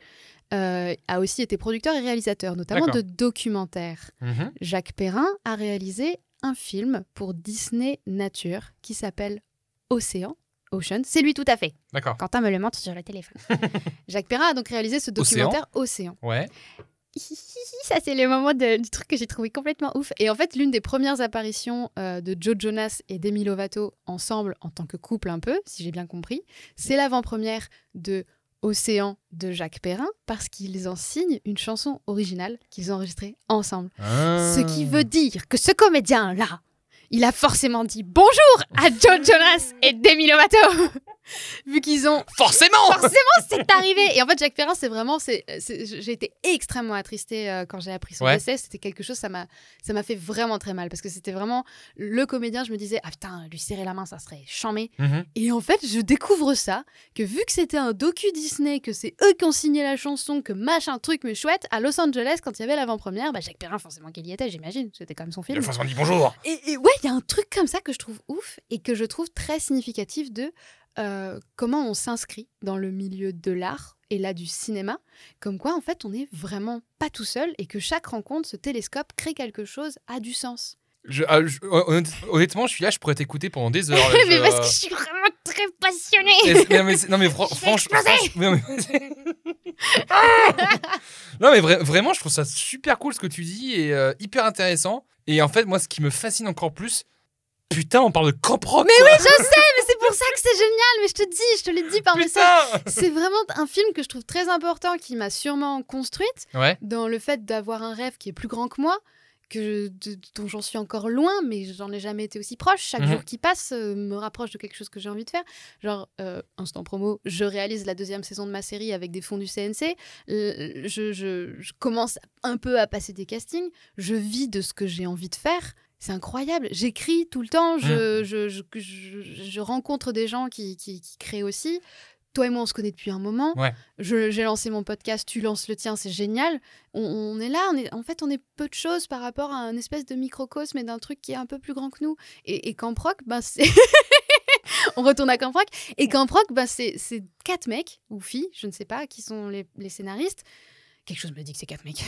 euh, a aussi été producteur et réalisateur, notamment de D'accord. documentaires. Mhm. Jacques Perrin a réalisé un film pour Disney Nature qui s'appelle Océan. Ocean, c'est lui tout à fait. D'accord. Quentin me le montre sur le téléphone. Jacques Perrin a donc réalisé ce documentaire Océan. Ouais. Ça, c'est le moment de- du truc que j'ai trouvé complètement ouf. Et en fait, l'une des premières apparitions euh, de Joe Jonas et Demi Lovato ensemble, en tant que couple un peu, si j'ai bien compris, c'est l'avant-première de Océan de Jacques Perrin, parce qu'ils en signent une chanson originale qu'ils ont enregistrée ensemble. Ce Ah. qui veut dire que ce comédien-là, il a forcément dit bonjour à Joe Jonas et Demi Lovato, (laughs) vu qu'ils ont Forcément Forcément, c'est arrivé. Et en fait, Jacques Perrin, c'est vraiment, c'est, c'est- j'ai été extrêmement attristée euh, quand j'ai appris son Ouais. décès. C'était quelque chose, ça m'a, ça m'a fait vraiment très mal parce que c'était vraiment le comédien. Je me disais, ah putain, lui serrer la main, ça serait chamé. Mhm. Et en fait, je découvre ça que vu que c'était un docu Disney, que c'est eux qui ont signé la chanson, que machin truc, mais chouette, à Los Angeles, quand il y avait l'avant-première, bah, Jacques Perrin, forcément qu'il y était, j'imagine. C'était quand même son Il a film. forcément dit bonjour. Et, et ouais, il y a un truc comme ça que je trouve ouf et que je trouve très significatif de euh, comment on s'inscrit dans le milieu de l'art et là du cinéma, comme quoi en fait on n'est vraiment pas tout seul et que chaque rencontre, ce télescope crée quelque chose, a du sens. Je- ah, je- honnêt- honnêtement, je suis là, je pourrais t'écouter pendant des (laughs) heures. là, (laughs) mais Oh, je- parce que je suis vraiment très (laughs) passionnée. Est-ce- mais Non mais, c'est- non, mais (laughs) fran- Je vais franch- exploser franch- non, mais- (laughs) Ah Non, mais vra- vraiment, je trouve ça super cool ce que tu dis et euh, hyper intéressant. Et en fait, moi, ce qui me fascine encore plus, putain, on parle de camp rock. Mais quoi. oui, je sais, mais c'est pour ça que c'est génial, mais je te dis, je te l'ai dit par message. putain. C'est vraiment un film que je trouve très important, qui m'a sûrement construite. Ouais. dans le fait d'avoir un rêve qui est plus grand que moi, que de- dont j'en suis encore loin, mais j'en ai jamais été aussi proche. Chaque Mhm. jour qui passe euh, me rapproche de quelque chose que j'ai envie de faire. Genre, euh, instant promo, je réalise la deuxième saison de ma série avec des fonds du CNC. Euh, je, je- je commence un peu à passer des castings. Je vis de ce que j'ai envie de faire. C'est incroyable. J'écris tout le temps. Je, je, je, je- je rencontre des gens qui, qui- qui créent aussi. Toi et moi, on se connaît depuis un moment. Ouais. Je- J'ai lancé mon podcast, tu lances le tien, c'est génial on, on est là, on est, en fait, on est peu de choses par rapport à un espèce de microcosme et d'un truc qui est un peu plus grand que nous. Et, et Camp Rock, ben c'est. (laughs) on retourne à Camp Rock. Et Camp Rock, ben c'est c'est quatre mecs ou filles, je ne sais pas, qui sont les, les scénaristes. Quelque chose me dit que c'est quatre mecs.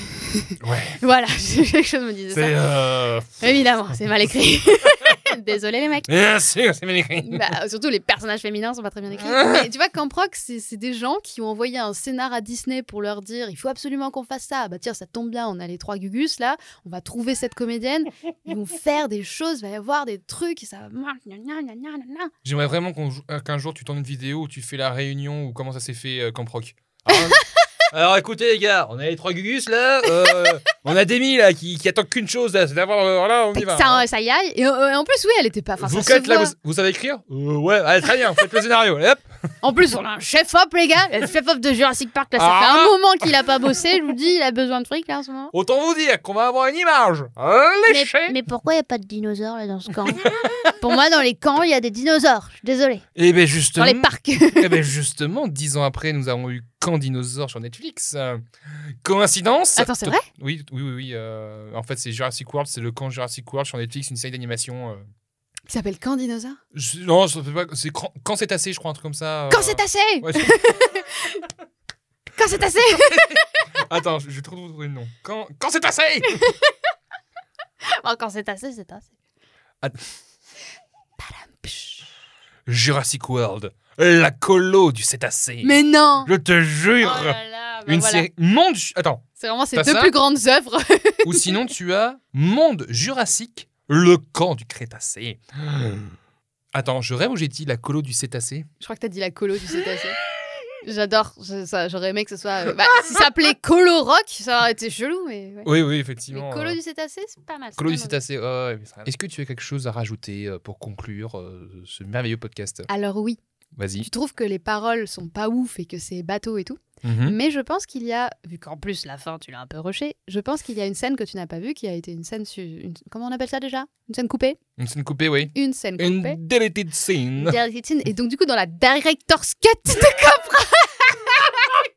Ouais. (laughs) voilà, quelque chose me disait C'est. ça. euh, (laughs) Évidemment, c'est mal écrit. (laughs) Désolé les mecs. Bien sûr, c'est mal écrit. Bah, surtout les personnages féminins sont pas très (laughs) bien écrits. Mais tu vois, Camp Rock, c'est c'est des gens qui ont envoyé un scénar à Disney pour leur dire il faut absolument qu'on fasse ça. Bah tiens, ça tombe bien, on a les trois Gugus là, on va trouver cette comédienne, (laughs) ils vont faire des choses, il va y avoir des trucs et ça va. J'aimerais vraiment qu'on jou- euh, qu'un jour tu tournes une vidéo où tu fais la réunion ou comment ça s'est fait euh, Camp Rock. Alors, (laughs) alors, écoutez les gars, on a les trois gugus là, euh, on a Demi là qui, qui attend qu'une chose, là, c'est d'avoir euh, voilà, on y va. Ça, ça y aille. Et euh, et en plus, oui, elle était pas. enfin, vous ça se quatre là, voit. vous, vous savez écrire Euh, Ouais, allez, très bien, faites le scénario. allez, hop. En plus, on a un chef-op, les gars. Le chef-op de Jurassic Park, là, ça Ah. fait un moment qu'il a pas bossé. Je vous dis, il a besoin de fric, là, en ce moment. Autant vous dire qu'on va avoir une image. hein, Mais, léchée. mais pourquoi il n'y a pas de dinosaures là dans ce camp Pour moi, dans les camps, il y a des dinosaures. Je suis désolée. Et ben Dans justement, les parcs. (laughs) eh ben, justement, dix ans après, nous avons eu Quand Dinosaure sur Netflix. Euh, Coïncidence Attends, c'est To- vrai Oui, oui, oui. oui, euh, en fait, c'est Jurassic World, c'est le Quand Jurassic World sur Netflix, une série d'animation. euh, Il s'appelle quand, dinosaure Je- Non, je sais pas. C'est cran- quand c'est assez, je crois, un truc comme ça. euh. Quand c'est assez Ouais, je- Quand c'est assez Attends, je je vais trop trouver le nom. Quand, quand c'est assez Oh, quand c'est assez, c'est assez. Jurassic World, la colo du cétacé. Mais non Je te jure Oh là là, bah Une voilà. série. Monde. ju- Attends. C'est vraiment ces T'as deux ça plus grandes œuvres. (laughs) Ou sinon, tu as Monde Jurassique, le camp du Crétacé. Attends, je rêve où j'ai dit la colo du cétacé Je crois que t'as dit la colo du cétacé. J'adore. je- ça- J'aurais aimé que ce soit. euh, bah, si ça s'appelait Colo Rock, ça aurait été chelou, mais. ouais. Oui, oui, Mais effectivement. Colo euh, du cétacé, c'est pas mal. c'est colo du pas mauvais. cétacé. ouais, ouais, mais ça- Est-ce que tu as quelque chose à rajouter euh, pour conclure euh, ce merveilleux podcast Alors oui, Vas-y. tu trouves que les paroles sont pas ouf et que c'est bateau et tout, Mhm. mais je pense qu'il y a, vu qu'en plus la fin tu l'as un peu rushée, je pense qu'il y a une scène que tu n'as pas vue qui a été une scène. su- une- comment on appelle ça déjà Une scène coupée Une scène coupée, oui. Une scène Une coupée. deleted scene. Directed Scene. Et donc, du coup, dans la Director's Cut de Cobra Kai,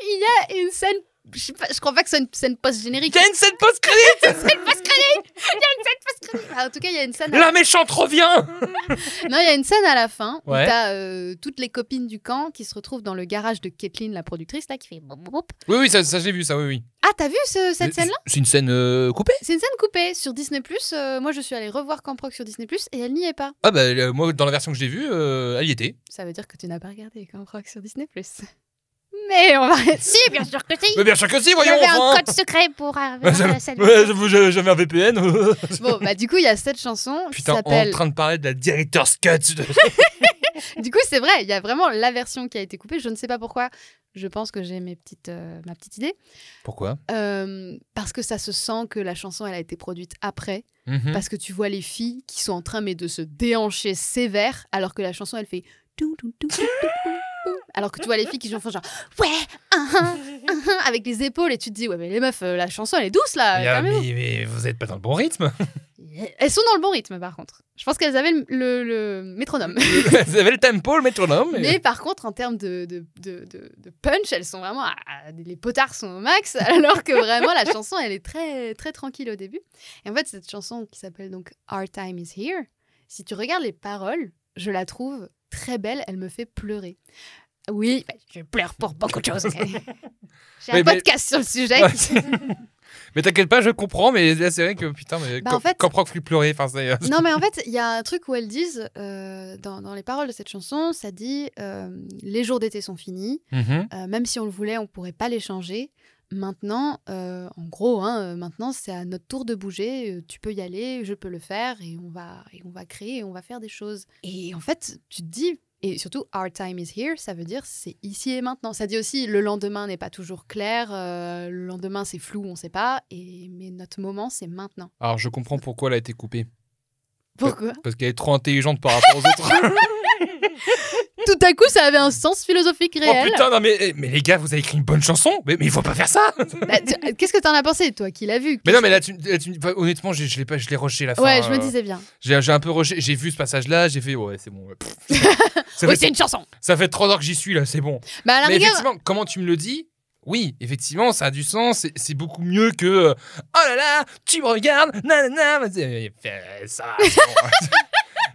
il y a une scène. Je, sais pas, je crois pas que c'est une scène post-générique. Il y a une scène post-crédit Enfin, Ah, en tout cas, il y a une scène. à- La méchante revient Non, il y a une scène à la fin où Ouais. t'as euh, toutes les copines du camp qui se retrouvent dans le garage de Kathleen, la productrice, là, qui fait. boum, boum, boum. Oui, oui, ça, ça j'ai vu, ça, oui, oui. Ah, t'as vu ce- cette C'est- scène-là C'est une scène euh, coupée C'est une scène coupée sur Disney. Euh, moi, je suis allée revoir Camp Rock sur Disney, et elle n'y est pas. Ah, bah, euh, moi, dans la version que j'ai vue, euh, elle y était. Ça veut dire que tu n'as pas regardé Camp Rock sur Disney. (laughs) Mais on va. Si, bien sûr que si. Mais bien sûr que si, voyons J'avais un enfin code secret pour euh, arriver Ouais, ça- à cette. Ouais, j'avais- J'avais un VPN bon, bah, du coup, il y a cette chanson qui Putain, on est en s'appelle. train de parler de la Director's Cut de- Du coup, c'est vrai, il y a vraiment la version qui a été coupée. Je ne sais pas pourquoi. Je pense que j'ai mes petites, euh, ma petite idée. (laughs) Pourquoi Euh, parce que ça se sent que la chanson, elle a été produite après. Mhm. Parce que tu vois les filles qui sont en train mais de se déhancher sévère, alors que la chanson, elle fait. tout, tout, tout, tout, tout, tout. Alors que tu vois les filles qui font genre ouais ah, ah, ah, ah avec les épaules et tu te dis ouais mais les meufs euh, la chanson elle est douce là Mais, ah, calmez-vous. (laughs) mais- mais vous êtes pas dans le bon rythme elles sont dans le bon rythme par contre je Je pense qu'elles avaient le, le- le métronome. Vous avez le tempo, le (laughs) métronome. Mais par contre, en termes de, de, de- de- de punch, elles sont vraiment. à- à- les potards sont au max, (laughs) alors que vraiment, la chanson, elle est très, très tranquille au début. Et en fait, cette chanson qui s'appelle donc Our Time is Here, si tu regardes les paroles, je la trouve très belle, elle me fait pleurer. (laughs) Oui, bah, je pleure pour beaucoup de choses. J'ai un Oui, mais- podcast sur le sujet. (laughs) mais t'inquiète pas, je comprends, mais là, c'est vrai que putain, mais Bah, com- en fait- comprends que je suis pleuré. Enfin, c'est- (laughs) euh. Non, mais en fait, il y a un truc où elles disent, euh, dans, dans les paroles de cette chanson, ça dit euh, Les jours d'été sont finis, Mhm. Euh, même si on le voulait, on ne pourrait pas les changer. Maintenant, euh, en gros, hein, euh, maintenant c'est à notre tour de bouger. Euh, tu peux y aller, je peux le faire, et on va, et on va créer, et on va faire des choses. Et en fait, tu te dis, et surtout, our time is here, ça veut dire c'est ici et maintenant. Ça dit aussi le lendemain n'est pas toujours clair, euh, le lendemain c'est flou, on ne sait pas, et mais notre moment c'est maintenant. Alors, je comprends pourquoi elle a été coupée. (laughs) Pourquoi Parce qu'elle est trop intelligente par rapport aux (laughs) autres. Tout à coup, ça avait un sens philosophique oh réel. putain, non, mais, mais les gars, vous avez écrit une bonne chanson. Mais, mais il faut pas faire ça. Bah, tu- Qu'est-ce que t'en as pensé, toi, qui l'as vu mais non, mais là, tu, là, tu- enfin, honnêtement, j'ai- je l'ai pas- je l'ai rushé la fin. Ouais, je me euh, disais bien. J'ai j'ai un peu rushé. J'ai vu ce passage-là, j'ai fait, ouais, c'est bon. ouais, (laughs) pff. ça, Oui, fait, c'est une chanson. ça fait trois heures que j'y suis, là, c'est bon. Bah, à la Mais rigueur, effectivement, comment tu me le dis Oui, effectivement, ça a du sens. c'est- C'est beaucoup mieux que euh, Oh là là, tu me regardes, nanana. vas-y, euh, Ça (laughs) va. c'est bon.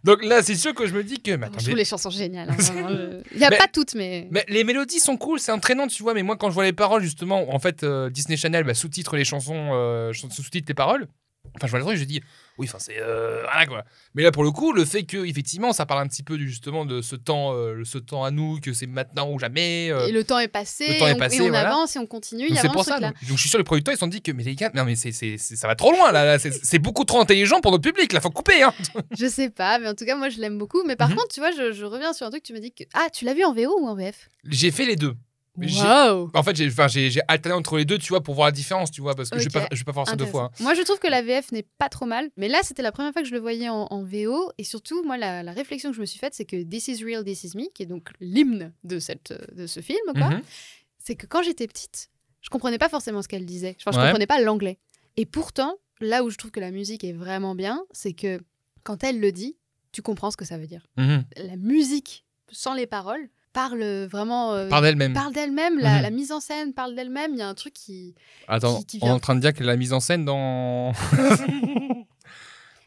Donc là, c'est sûr que je me dis que. Mais, Bon, attendez, je trouve les chansons géniales. hein, (laughs) vraiment, je- Il n'y a Bah, Mais- pas toutes, mais. mais les mélodies sont cool, c'est entraînant, tu vois. Mais moi, quand je vois les paroles, justement, en fait, euh, Disney Channel bah, sous-titre les chansons, euh, ch- sous-titre les paroles. Enfin, je vois le truc, je dis, oui, enfin, c'est. euh, voilà quoi. Mais là, pour le coup, le fait que, effectivement, ça parle un petit peu du- justement de ce temps, euh, ce temps à nous, que c'est maintenant ou jamais. euh, Et le temps est passé, le temps est et on- passé, et on voilà. avance et on continue. Il Donc y a c'est vraiment pour ce ça. truc-là. Donc, donc je suis sûr, les producteurs, ils se sont dit que, mais les gars, non, mais c'est, c'est- c'est- ça va trop loin, là. là, c'est, c'est beaucoup trop intelligent pour notre public, là. Faut couper, hein. Je sais pas, mais en tout cas, moi, je l'aime beaucoup. Mais par Mhm. contre, tu vois, je, je reviens sur un truc, tu me dis que. Ah, tu l'as vu en VO ou en VF J'ai fait les deux. J'ai- Wow En fait, j'ai, enfin, j'ai, j'ai alterné entre les deux, tu vois, pour voir la différence, tu vois, parce que je, vais Ok. pas, je vais pas faire ça deux fois. hein. Moi, je trouve que la VF n'est pas trop mal. Mais là, c'était la première fois que je le voyais en, en VO. Et surtout, moi, la, la réflexion que je me suis faite, c'est que This is Real, This is Me, qui est donc l'hymne de, cette, de ce film, quoi. Mhm. c'est que quand j'étais petite, je comprenais pas forcément ce qu'elle disait. Enfin, je Ouais. comprenais pas l'anglais. Et pourtant, là où je trouve que la musique est vraiment bien, c'est que quand elle le dit, tu comprends ce que ça veut dire. Mhm. La musique, sans les paroles, parle vraiment. euh, Par d'elle-même. parle d'elle-même, la, Mhm. la mise en scène parle d'elle-même. Il y a un truc qui. Attends, qui- qui on est vient- en train de dire que la mise en scène dans. (laughs)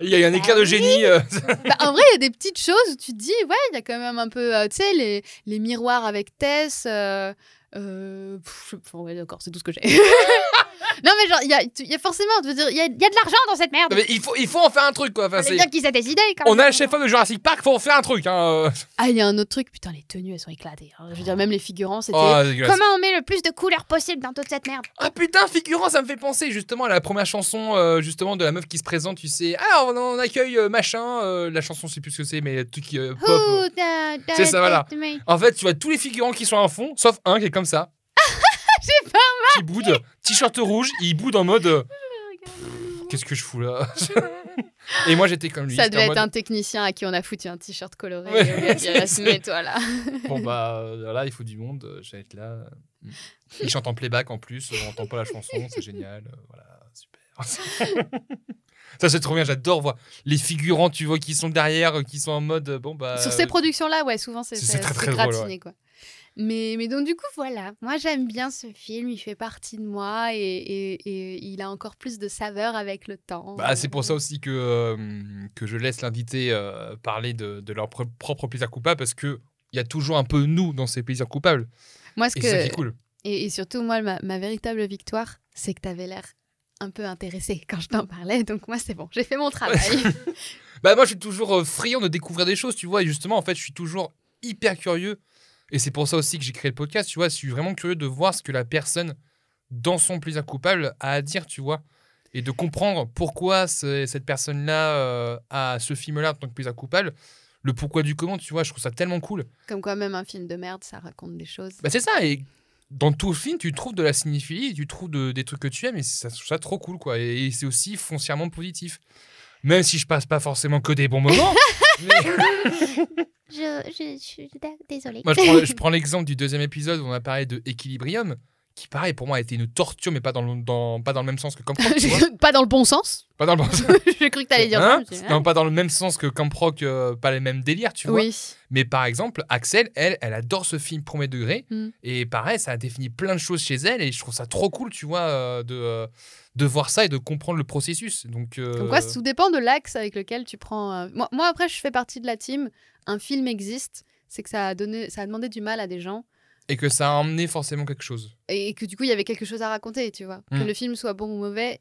Il y a eu un éclair de Bah Ah oui. génie. euh, Bah, en vrai, il y a des petites choses où tu te dis, ouais, il y a quand même un peu, euh, tu sais, les, les miroirs avec Tess. euh, euh, pff, je- ouais, d'accord, c'est tout ce que j'ai. (laughs) non, mais genre, il y a, il y a forcément, je veux dire, il y a, Il y a de l'argent dans cette merde. Non, mais il faut, il faut en faire un truc, quoi. Ah, Enfin, C'est c'est- bien qu'ils aient des idées quand On a même. un chef de Jurassic Park, faut en faire un truc. Hein. euh. Ah, il y a un autre truc, putain, les tenues, elles sont éclatées. hein. Je veux dire, même les figurants, c'était. Oh, dégueulasse. Comment on met le plus de couleurs possible dans toute cette merde Ah putain, figurant, ça me fait penser justement à la première chanson euh, justement de la meuf qui se présente, tu sais. Ah, on, on accueille euh, machin, euh, la chanson, je sais plus ce que c'est, mais le truc euh, pop. euh. Oh. Who da- da- C'est ça, da- voilà. da- me. En fait, tu vois tous les figurants qui sont à fond, sauf un qui est comme ça. (laughs) J'ai Qui boude, t-shirt rouge, il boude en mode. euh, Oh, Qu'est-ce que je fous (laughs) là Et moi j'étais comme lui. Ça j'étais devait en être un mode, technicien à qui on a foutu un t-shirt coloré. Ouais, et on lui (laughs) a dit, c'est ça. assume toi là. (laughs) Bon bah euh, là, il faut du monde, euh, je vais être là. euh, hmm. Il chante en playback en plus, euh, on entend pas la chanson, (laughs) c'est génial. euh, voilà, super. (laughs) Ça c'est trop bien, j'adore voir les figurants, tu vois, qui sont derrière, euh, qui sont en mode euh, bon bah. Sur ces productions-là, ouais, souvent c'est c'est c'est- très, c'est très drôle, gratiné, quoi. Mais, mais donc, du coup, voilà. Moi, j'aime bien ce film. Il fait partie de moi et, et- et il a encore plus de saveur avec le temps. Bah, c'est pour ça aussi que, euh, que je laisse l'invité euh, parler de, de leur pr- propre plaisir coupable parce que il y a toujours un peu nous dans ces plaisirs coupables. Moi, ce Et c'est ça qui que, est cool. Et, et surtout, moi, ma, ma véritable victoire, c'est que tu avais l'air un peu intéressé quand je t'en parlais. Donc, moi, c'est bon, j'ai fait mon travail. Bah, moi, je suis toujours euh, friand de découvrir des choses, tu vois. Et justement, en fait, je suis toujours hyper curieux. Et c'est pour ça aussi que j'ai créé le podcast, tu vois. Je suis vraiment curieux de voir ce que la personne, dans son plaisir coupable, a à dire, tu vois. Et de comprendre pourquoi c'est- cette personne-là euh, a ce film-là en tant que plaisir coupable. Le pourquoi du comment, tu vois. Je trouve ça tellement cool. Comme quoi, même un film de merde, ça raconte des choses. (laughs) Bah, c'est ça. Et dans tout film, tu trouves de la cinéphilie, tu trouves de- des trucs que tu aimes, et ça, je trouve ça trop cool, quoi. Et, et c'est aussi foncièrement positif. Même si je passe pas forcément que des bons moments. mais- Je, je, je suis d'ac- désolée. Moi, je prends, je prends l'exemple du deuxième épisode où on a parlé de Equilibrium, qui pareil pour moi a été une torture, mais pas dans le, dans, pas dans le même sens que Camp (laughs) Rock. tu vois. J'ai- pas dans le bon sens. (laughs) pas dans le bon sens. J'ai cru que t'allais dire Hein ça. je me suis dit, Non, pas dans le même sens que Camp Rock, euh, pas les mêmes délires, tu vois. euh, oui. Mais par exemple, Axel, elle, elle adore ce film premier degré. Mm. Et pareil, ça a défini plein de choses chez elle. Et je trouve ça trop cool, tu vois, euh, de, euh, de voir ça et de comprendre le processus. Donc, euh, Comme quoi, tout dépend de l'axe avec lequel tu prends. euh, Moi, moi, après, je fais partie de la team. Un film existe, c'est que ça a, donné, ça a demandé du mal à des gens. et que ça a emmené forcément quelque chose. Et que du coup, il y avait quelque chose à raconter, tu vois. Que Mm. le film soit bon ou mauvais,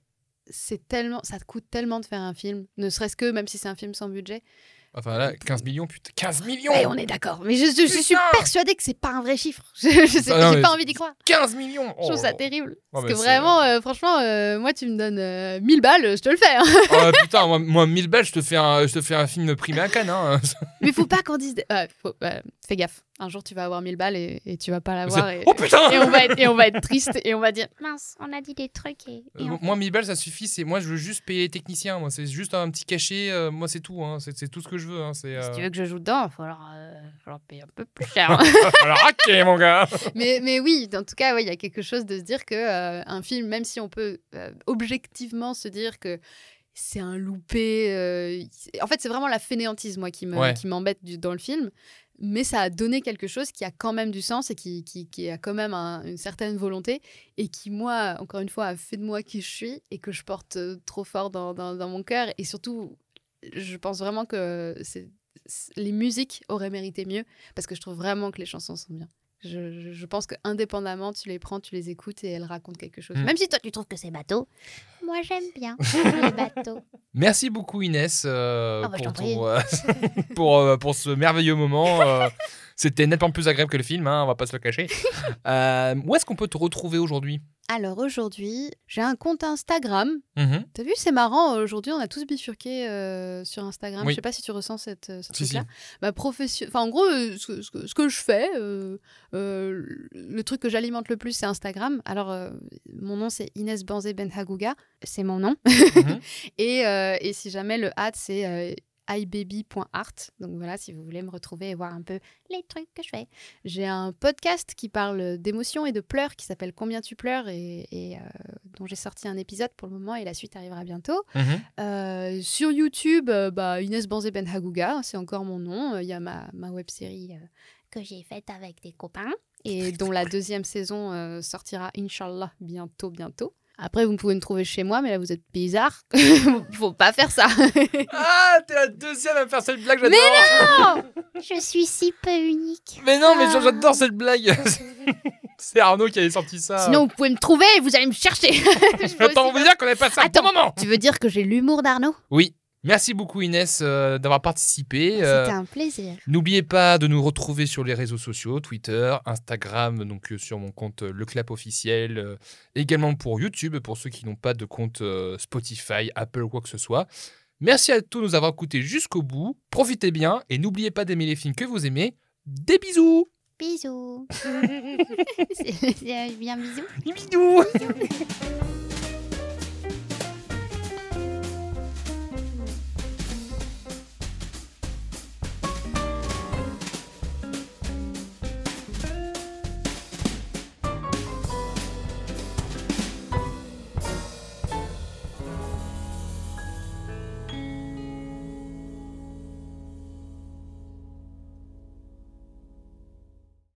c'est tellement, ça te coûte tellement de faire un film. Ne serait-ce que, même si c'est un film sans budget. Enfin là, 15 millions, putain, 15 millions Ouais, on est d'accord. Mais je, je- je suis Putain persuadée que c'est pas un vrai chiffre. (laughs) Je, je sais- Ah non, j'ai mais- pas envie d'y croire. 15 millions Je trouve ça Oh. terrible. Parce mais que c'est- vraiment, euh, franchement, euh, moi, tu me donnes euh, 1000 balles, je te le fais. hein. Ah, putain, moi, moi, 1000 balles, je te fais un, je te fais un film primé à Cannes. hein. Mais faut pas qu'on dise. ouais, faut- ouais, fais gaffe. Un jour, tu vas avoir 1000 balles et, et tu vas pas l'avoir. Et, Oh putain et on va être, et on va être triste et on va dire. (laughs) Mince, on a dit des trucs et. Euh, et en- Moi, 1000 balles, ça suffit. C'est moi, je veux juste payer les techniciens. Moi, c'est juste un petit cachet. euh, moi, c'est tout. hein. C'est c'est tout ce que je veux. hein. C'est. Si tu euh, veux que je joue dedans, il va falloir, euh, falloir payer un peu plus (laughs) cher. Alors, ok, eh, mon gars. (laughs) mais, mais oui, en tout cas, ouais, il y a quelque chose de se dire que euh, un film, même si on peut euh, objectivement se dire que c'est un loupé, euh, c'est- en fait, c'est vraiment la fainéantise moi qui me- Ouais. qui m'embête du- dans le film. Mais ça a donné quelque chose qui a quand même du sens et qui, qui, qui a quand même un- une certaine volonté et qui, moi, encore une fois, a fait de moi qui je suis et que je porte euh, trop fort dans, dans- dans mon cœur. Et surtout, je pense vraiment que c'est- c'est- les musiques auraient mérité mieux parce que je trouve vraiment que les chansons sont bien. Je, je- je pense que indépendamment, tu les prends, tu les écoutes et elles racontent quelque chose. Mm. Même si toi, tu Tu trouves que c'est bateau Moi, j'aime (laughs) bien les bateaux. Merci beaucoup Inès euh, Ah bah, je pour, t'en prie. ton, euh, (laughs) pour, euh, pour ce merveilleux moment. euh, C'était nettement plus agréable que le film, hein, on va pas se le cacher. (laughs) Euh, où est-ce qu'on peut te retrouver aujourd'hui Alors aujourd'hui, j'ai un compte Instagram. Mhm. T'as vu, c'est marrant. Aujourd'hui, on a tous bifurqué euh, sur Instagram. Oui. Je sais pas si tu ressens cette, euh, cette Si, si. truc-là. Ma profession. Enfin, en gros, euh, ce, que- ce que, ce que je fais, euh, euh, le truc que j'alimente le plus, c'est Instagram. Alors, euh, mon nom, c'est Inès Banzé Benhagouga. C'est mon nom. Mhm. (laughs) Et, euh, et si jamais le hâte, c'est euh, ibaby.art. Donc voilà, si vous voulez me retrouver et voir un peu Les trucs que je fais. j'ai un podcast qui parle d'émotions et de pleurs qui s'appelle Combien tu pleures et, et, euh, dont j'ai sorti un épisode pour le moment et la suite arrivera bientôt. Mhm. Euh, sur YouTube, euh, bah, Inès Banzé Ben Hagouga, c'est encore mon nom. Euh, Il y a ma, ma web série Que j'ai fait avec des copains. (laughs) et dont la deuxième saison euh, sortira, Inch'Allah, bientôt, bientôt. Après, vous pouvez me trouver chez moi, mais là, vous êtes bizarre. (laughs) Faut pas faire ça. Ah, t'es la deuxième à me faire cette blague, j'adore Je suis si peu unique. Mais non, mais Ah. j'adore cette (laughs) blague C'est Arnaud qui avait sorti ça. Sinon, vous pouvez me trouver et vous allez me chercher. (laughs) Je peux Attends, aussi- hein. on veut dire qu'on avait passé un Attends. bon moment Tu veux dire que j'ai l'humour d'Arnaud Oui, merci beaucoup Inès euh, d'avoir participé. euh, C'était (laughs) un plaisir. N'oubliez pas de nous retrouver sur les réseaux sociaux, Twitter, Instagram, donc euh, sur mon compte euh, Le Clap officiel, euh, également pour YouTube, pour ceux qui n'ont pas de compte euh, Spotify, Apple ou quoi que ce soit. Merci à tous de nous avoir écoutés jusqu'au bout. Profitez bien et n'oubliez pas d'aimer les films que vous aimez. Des bisous Bisous. C'est- c'est bien bisous. Des bisous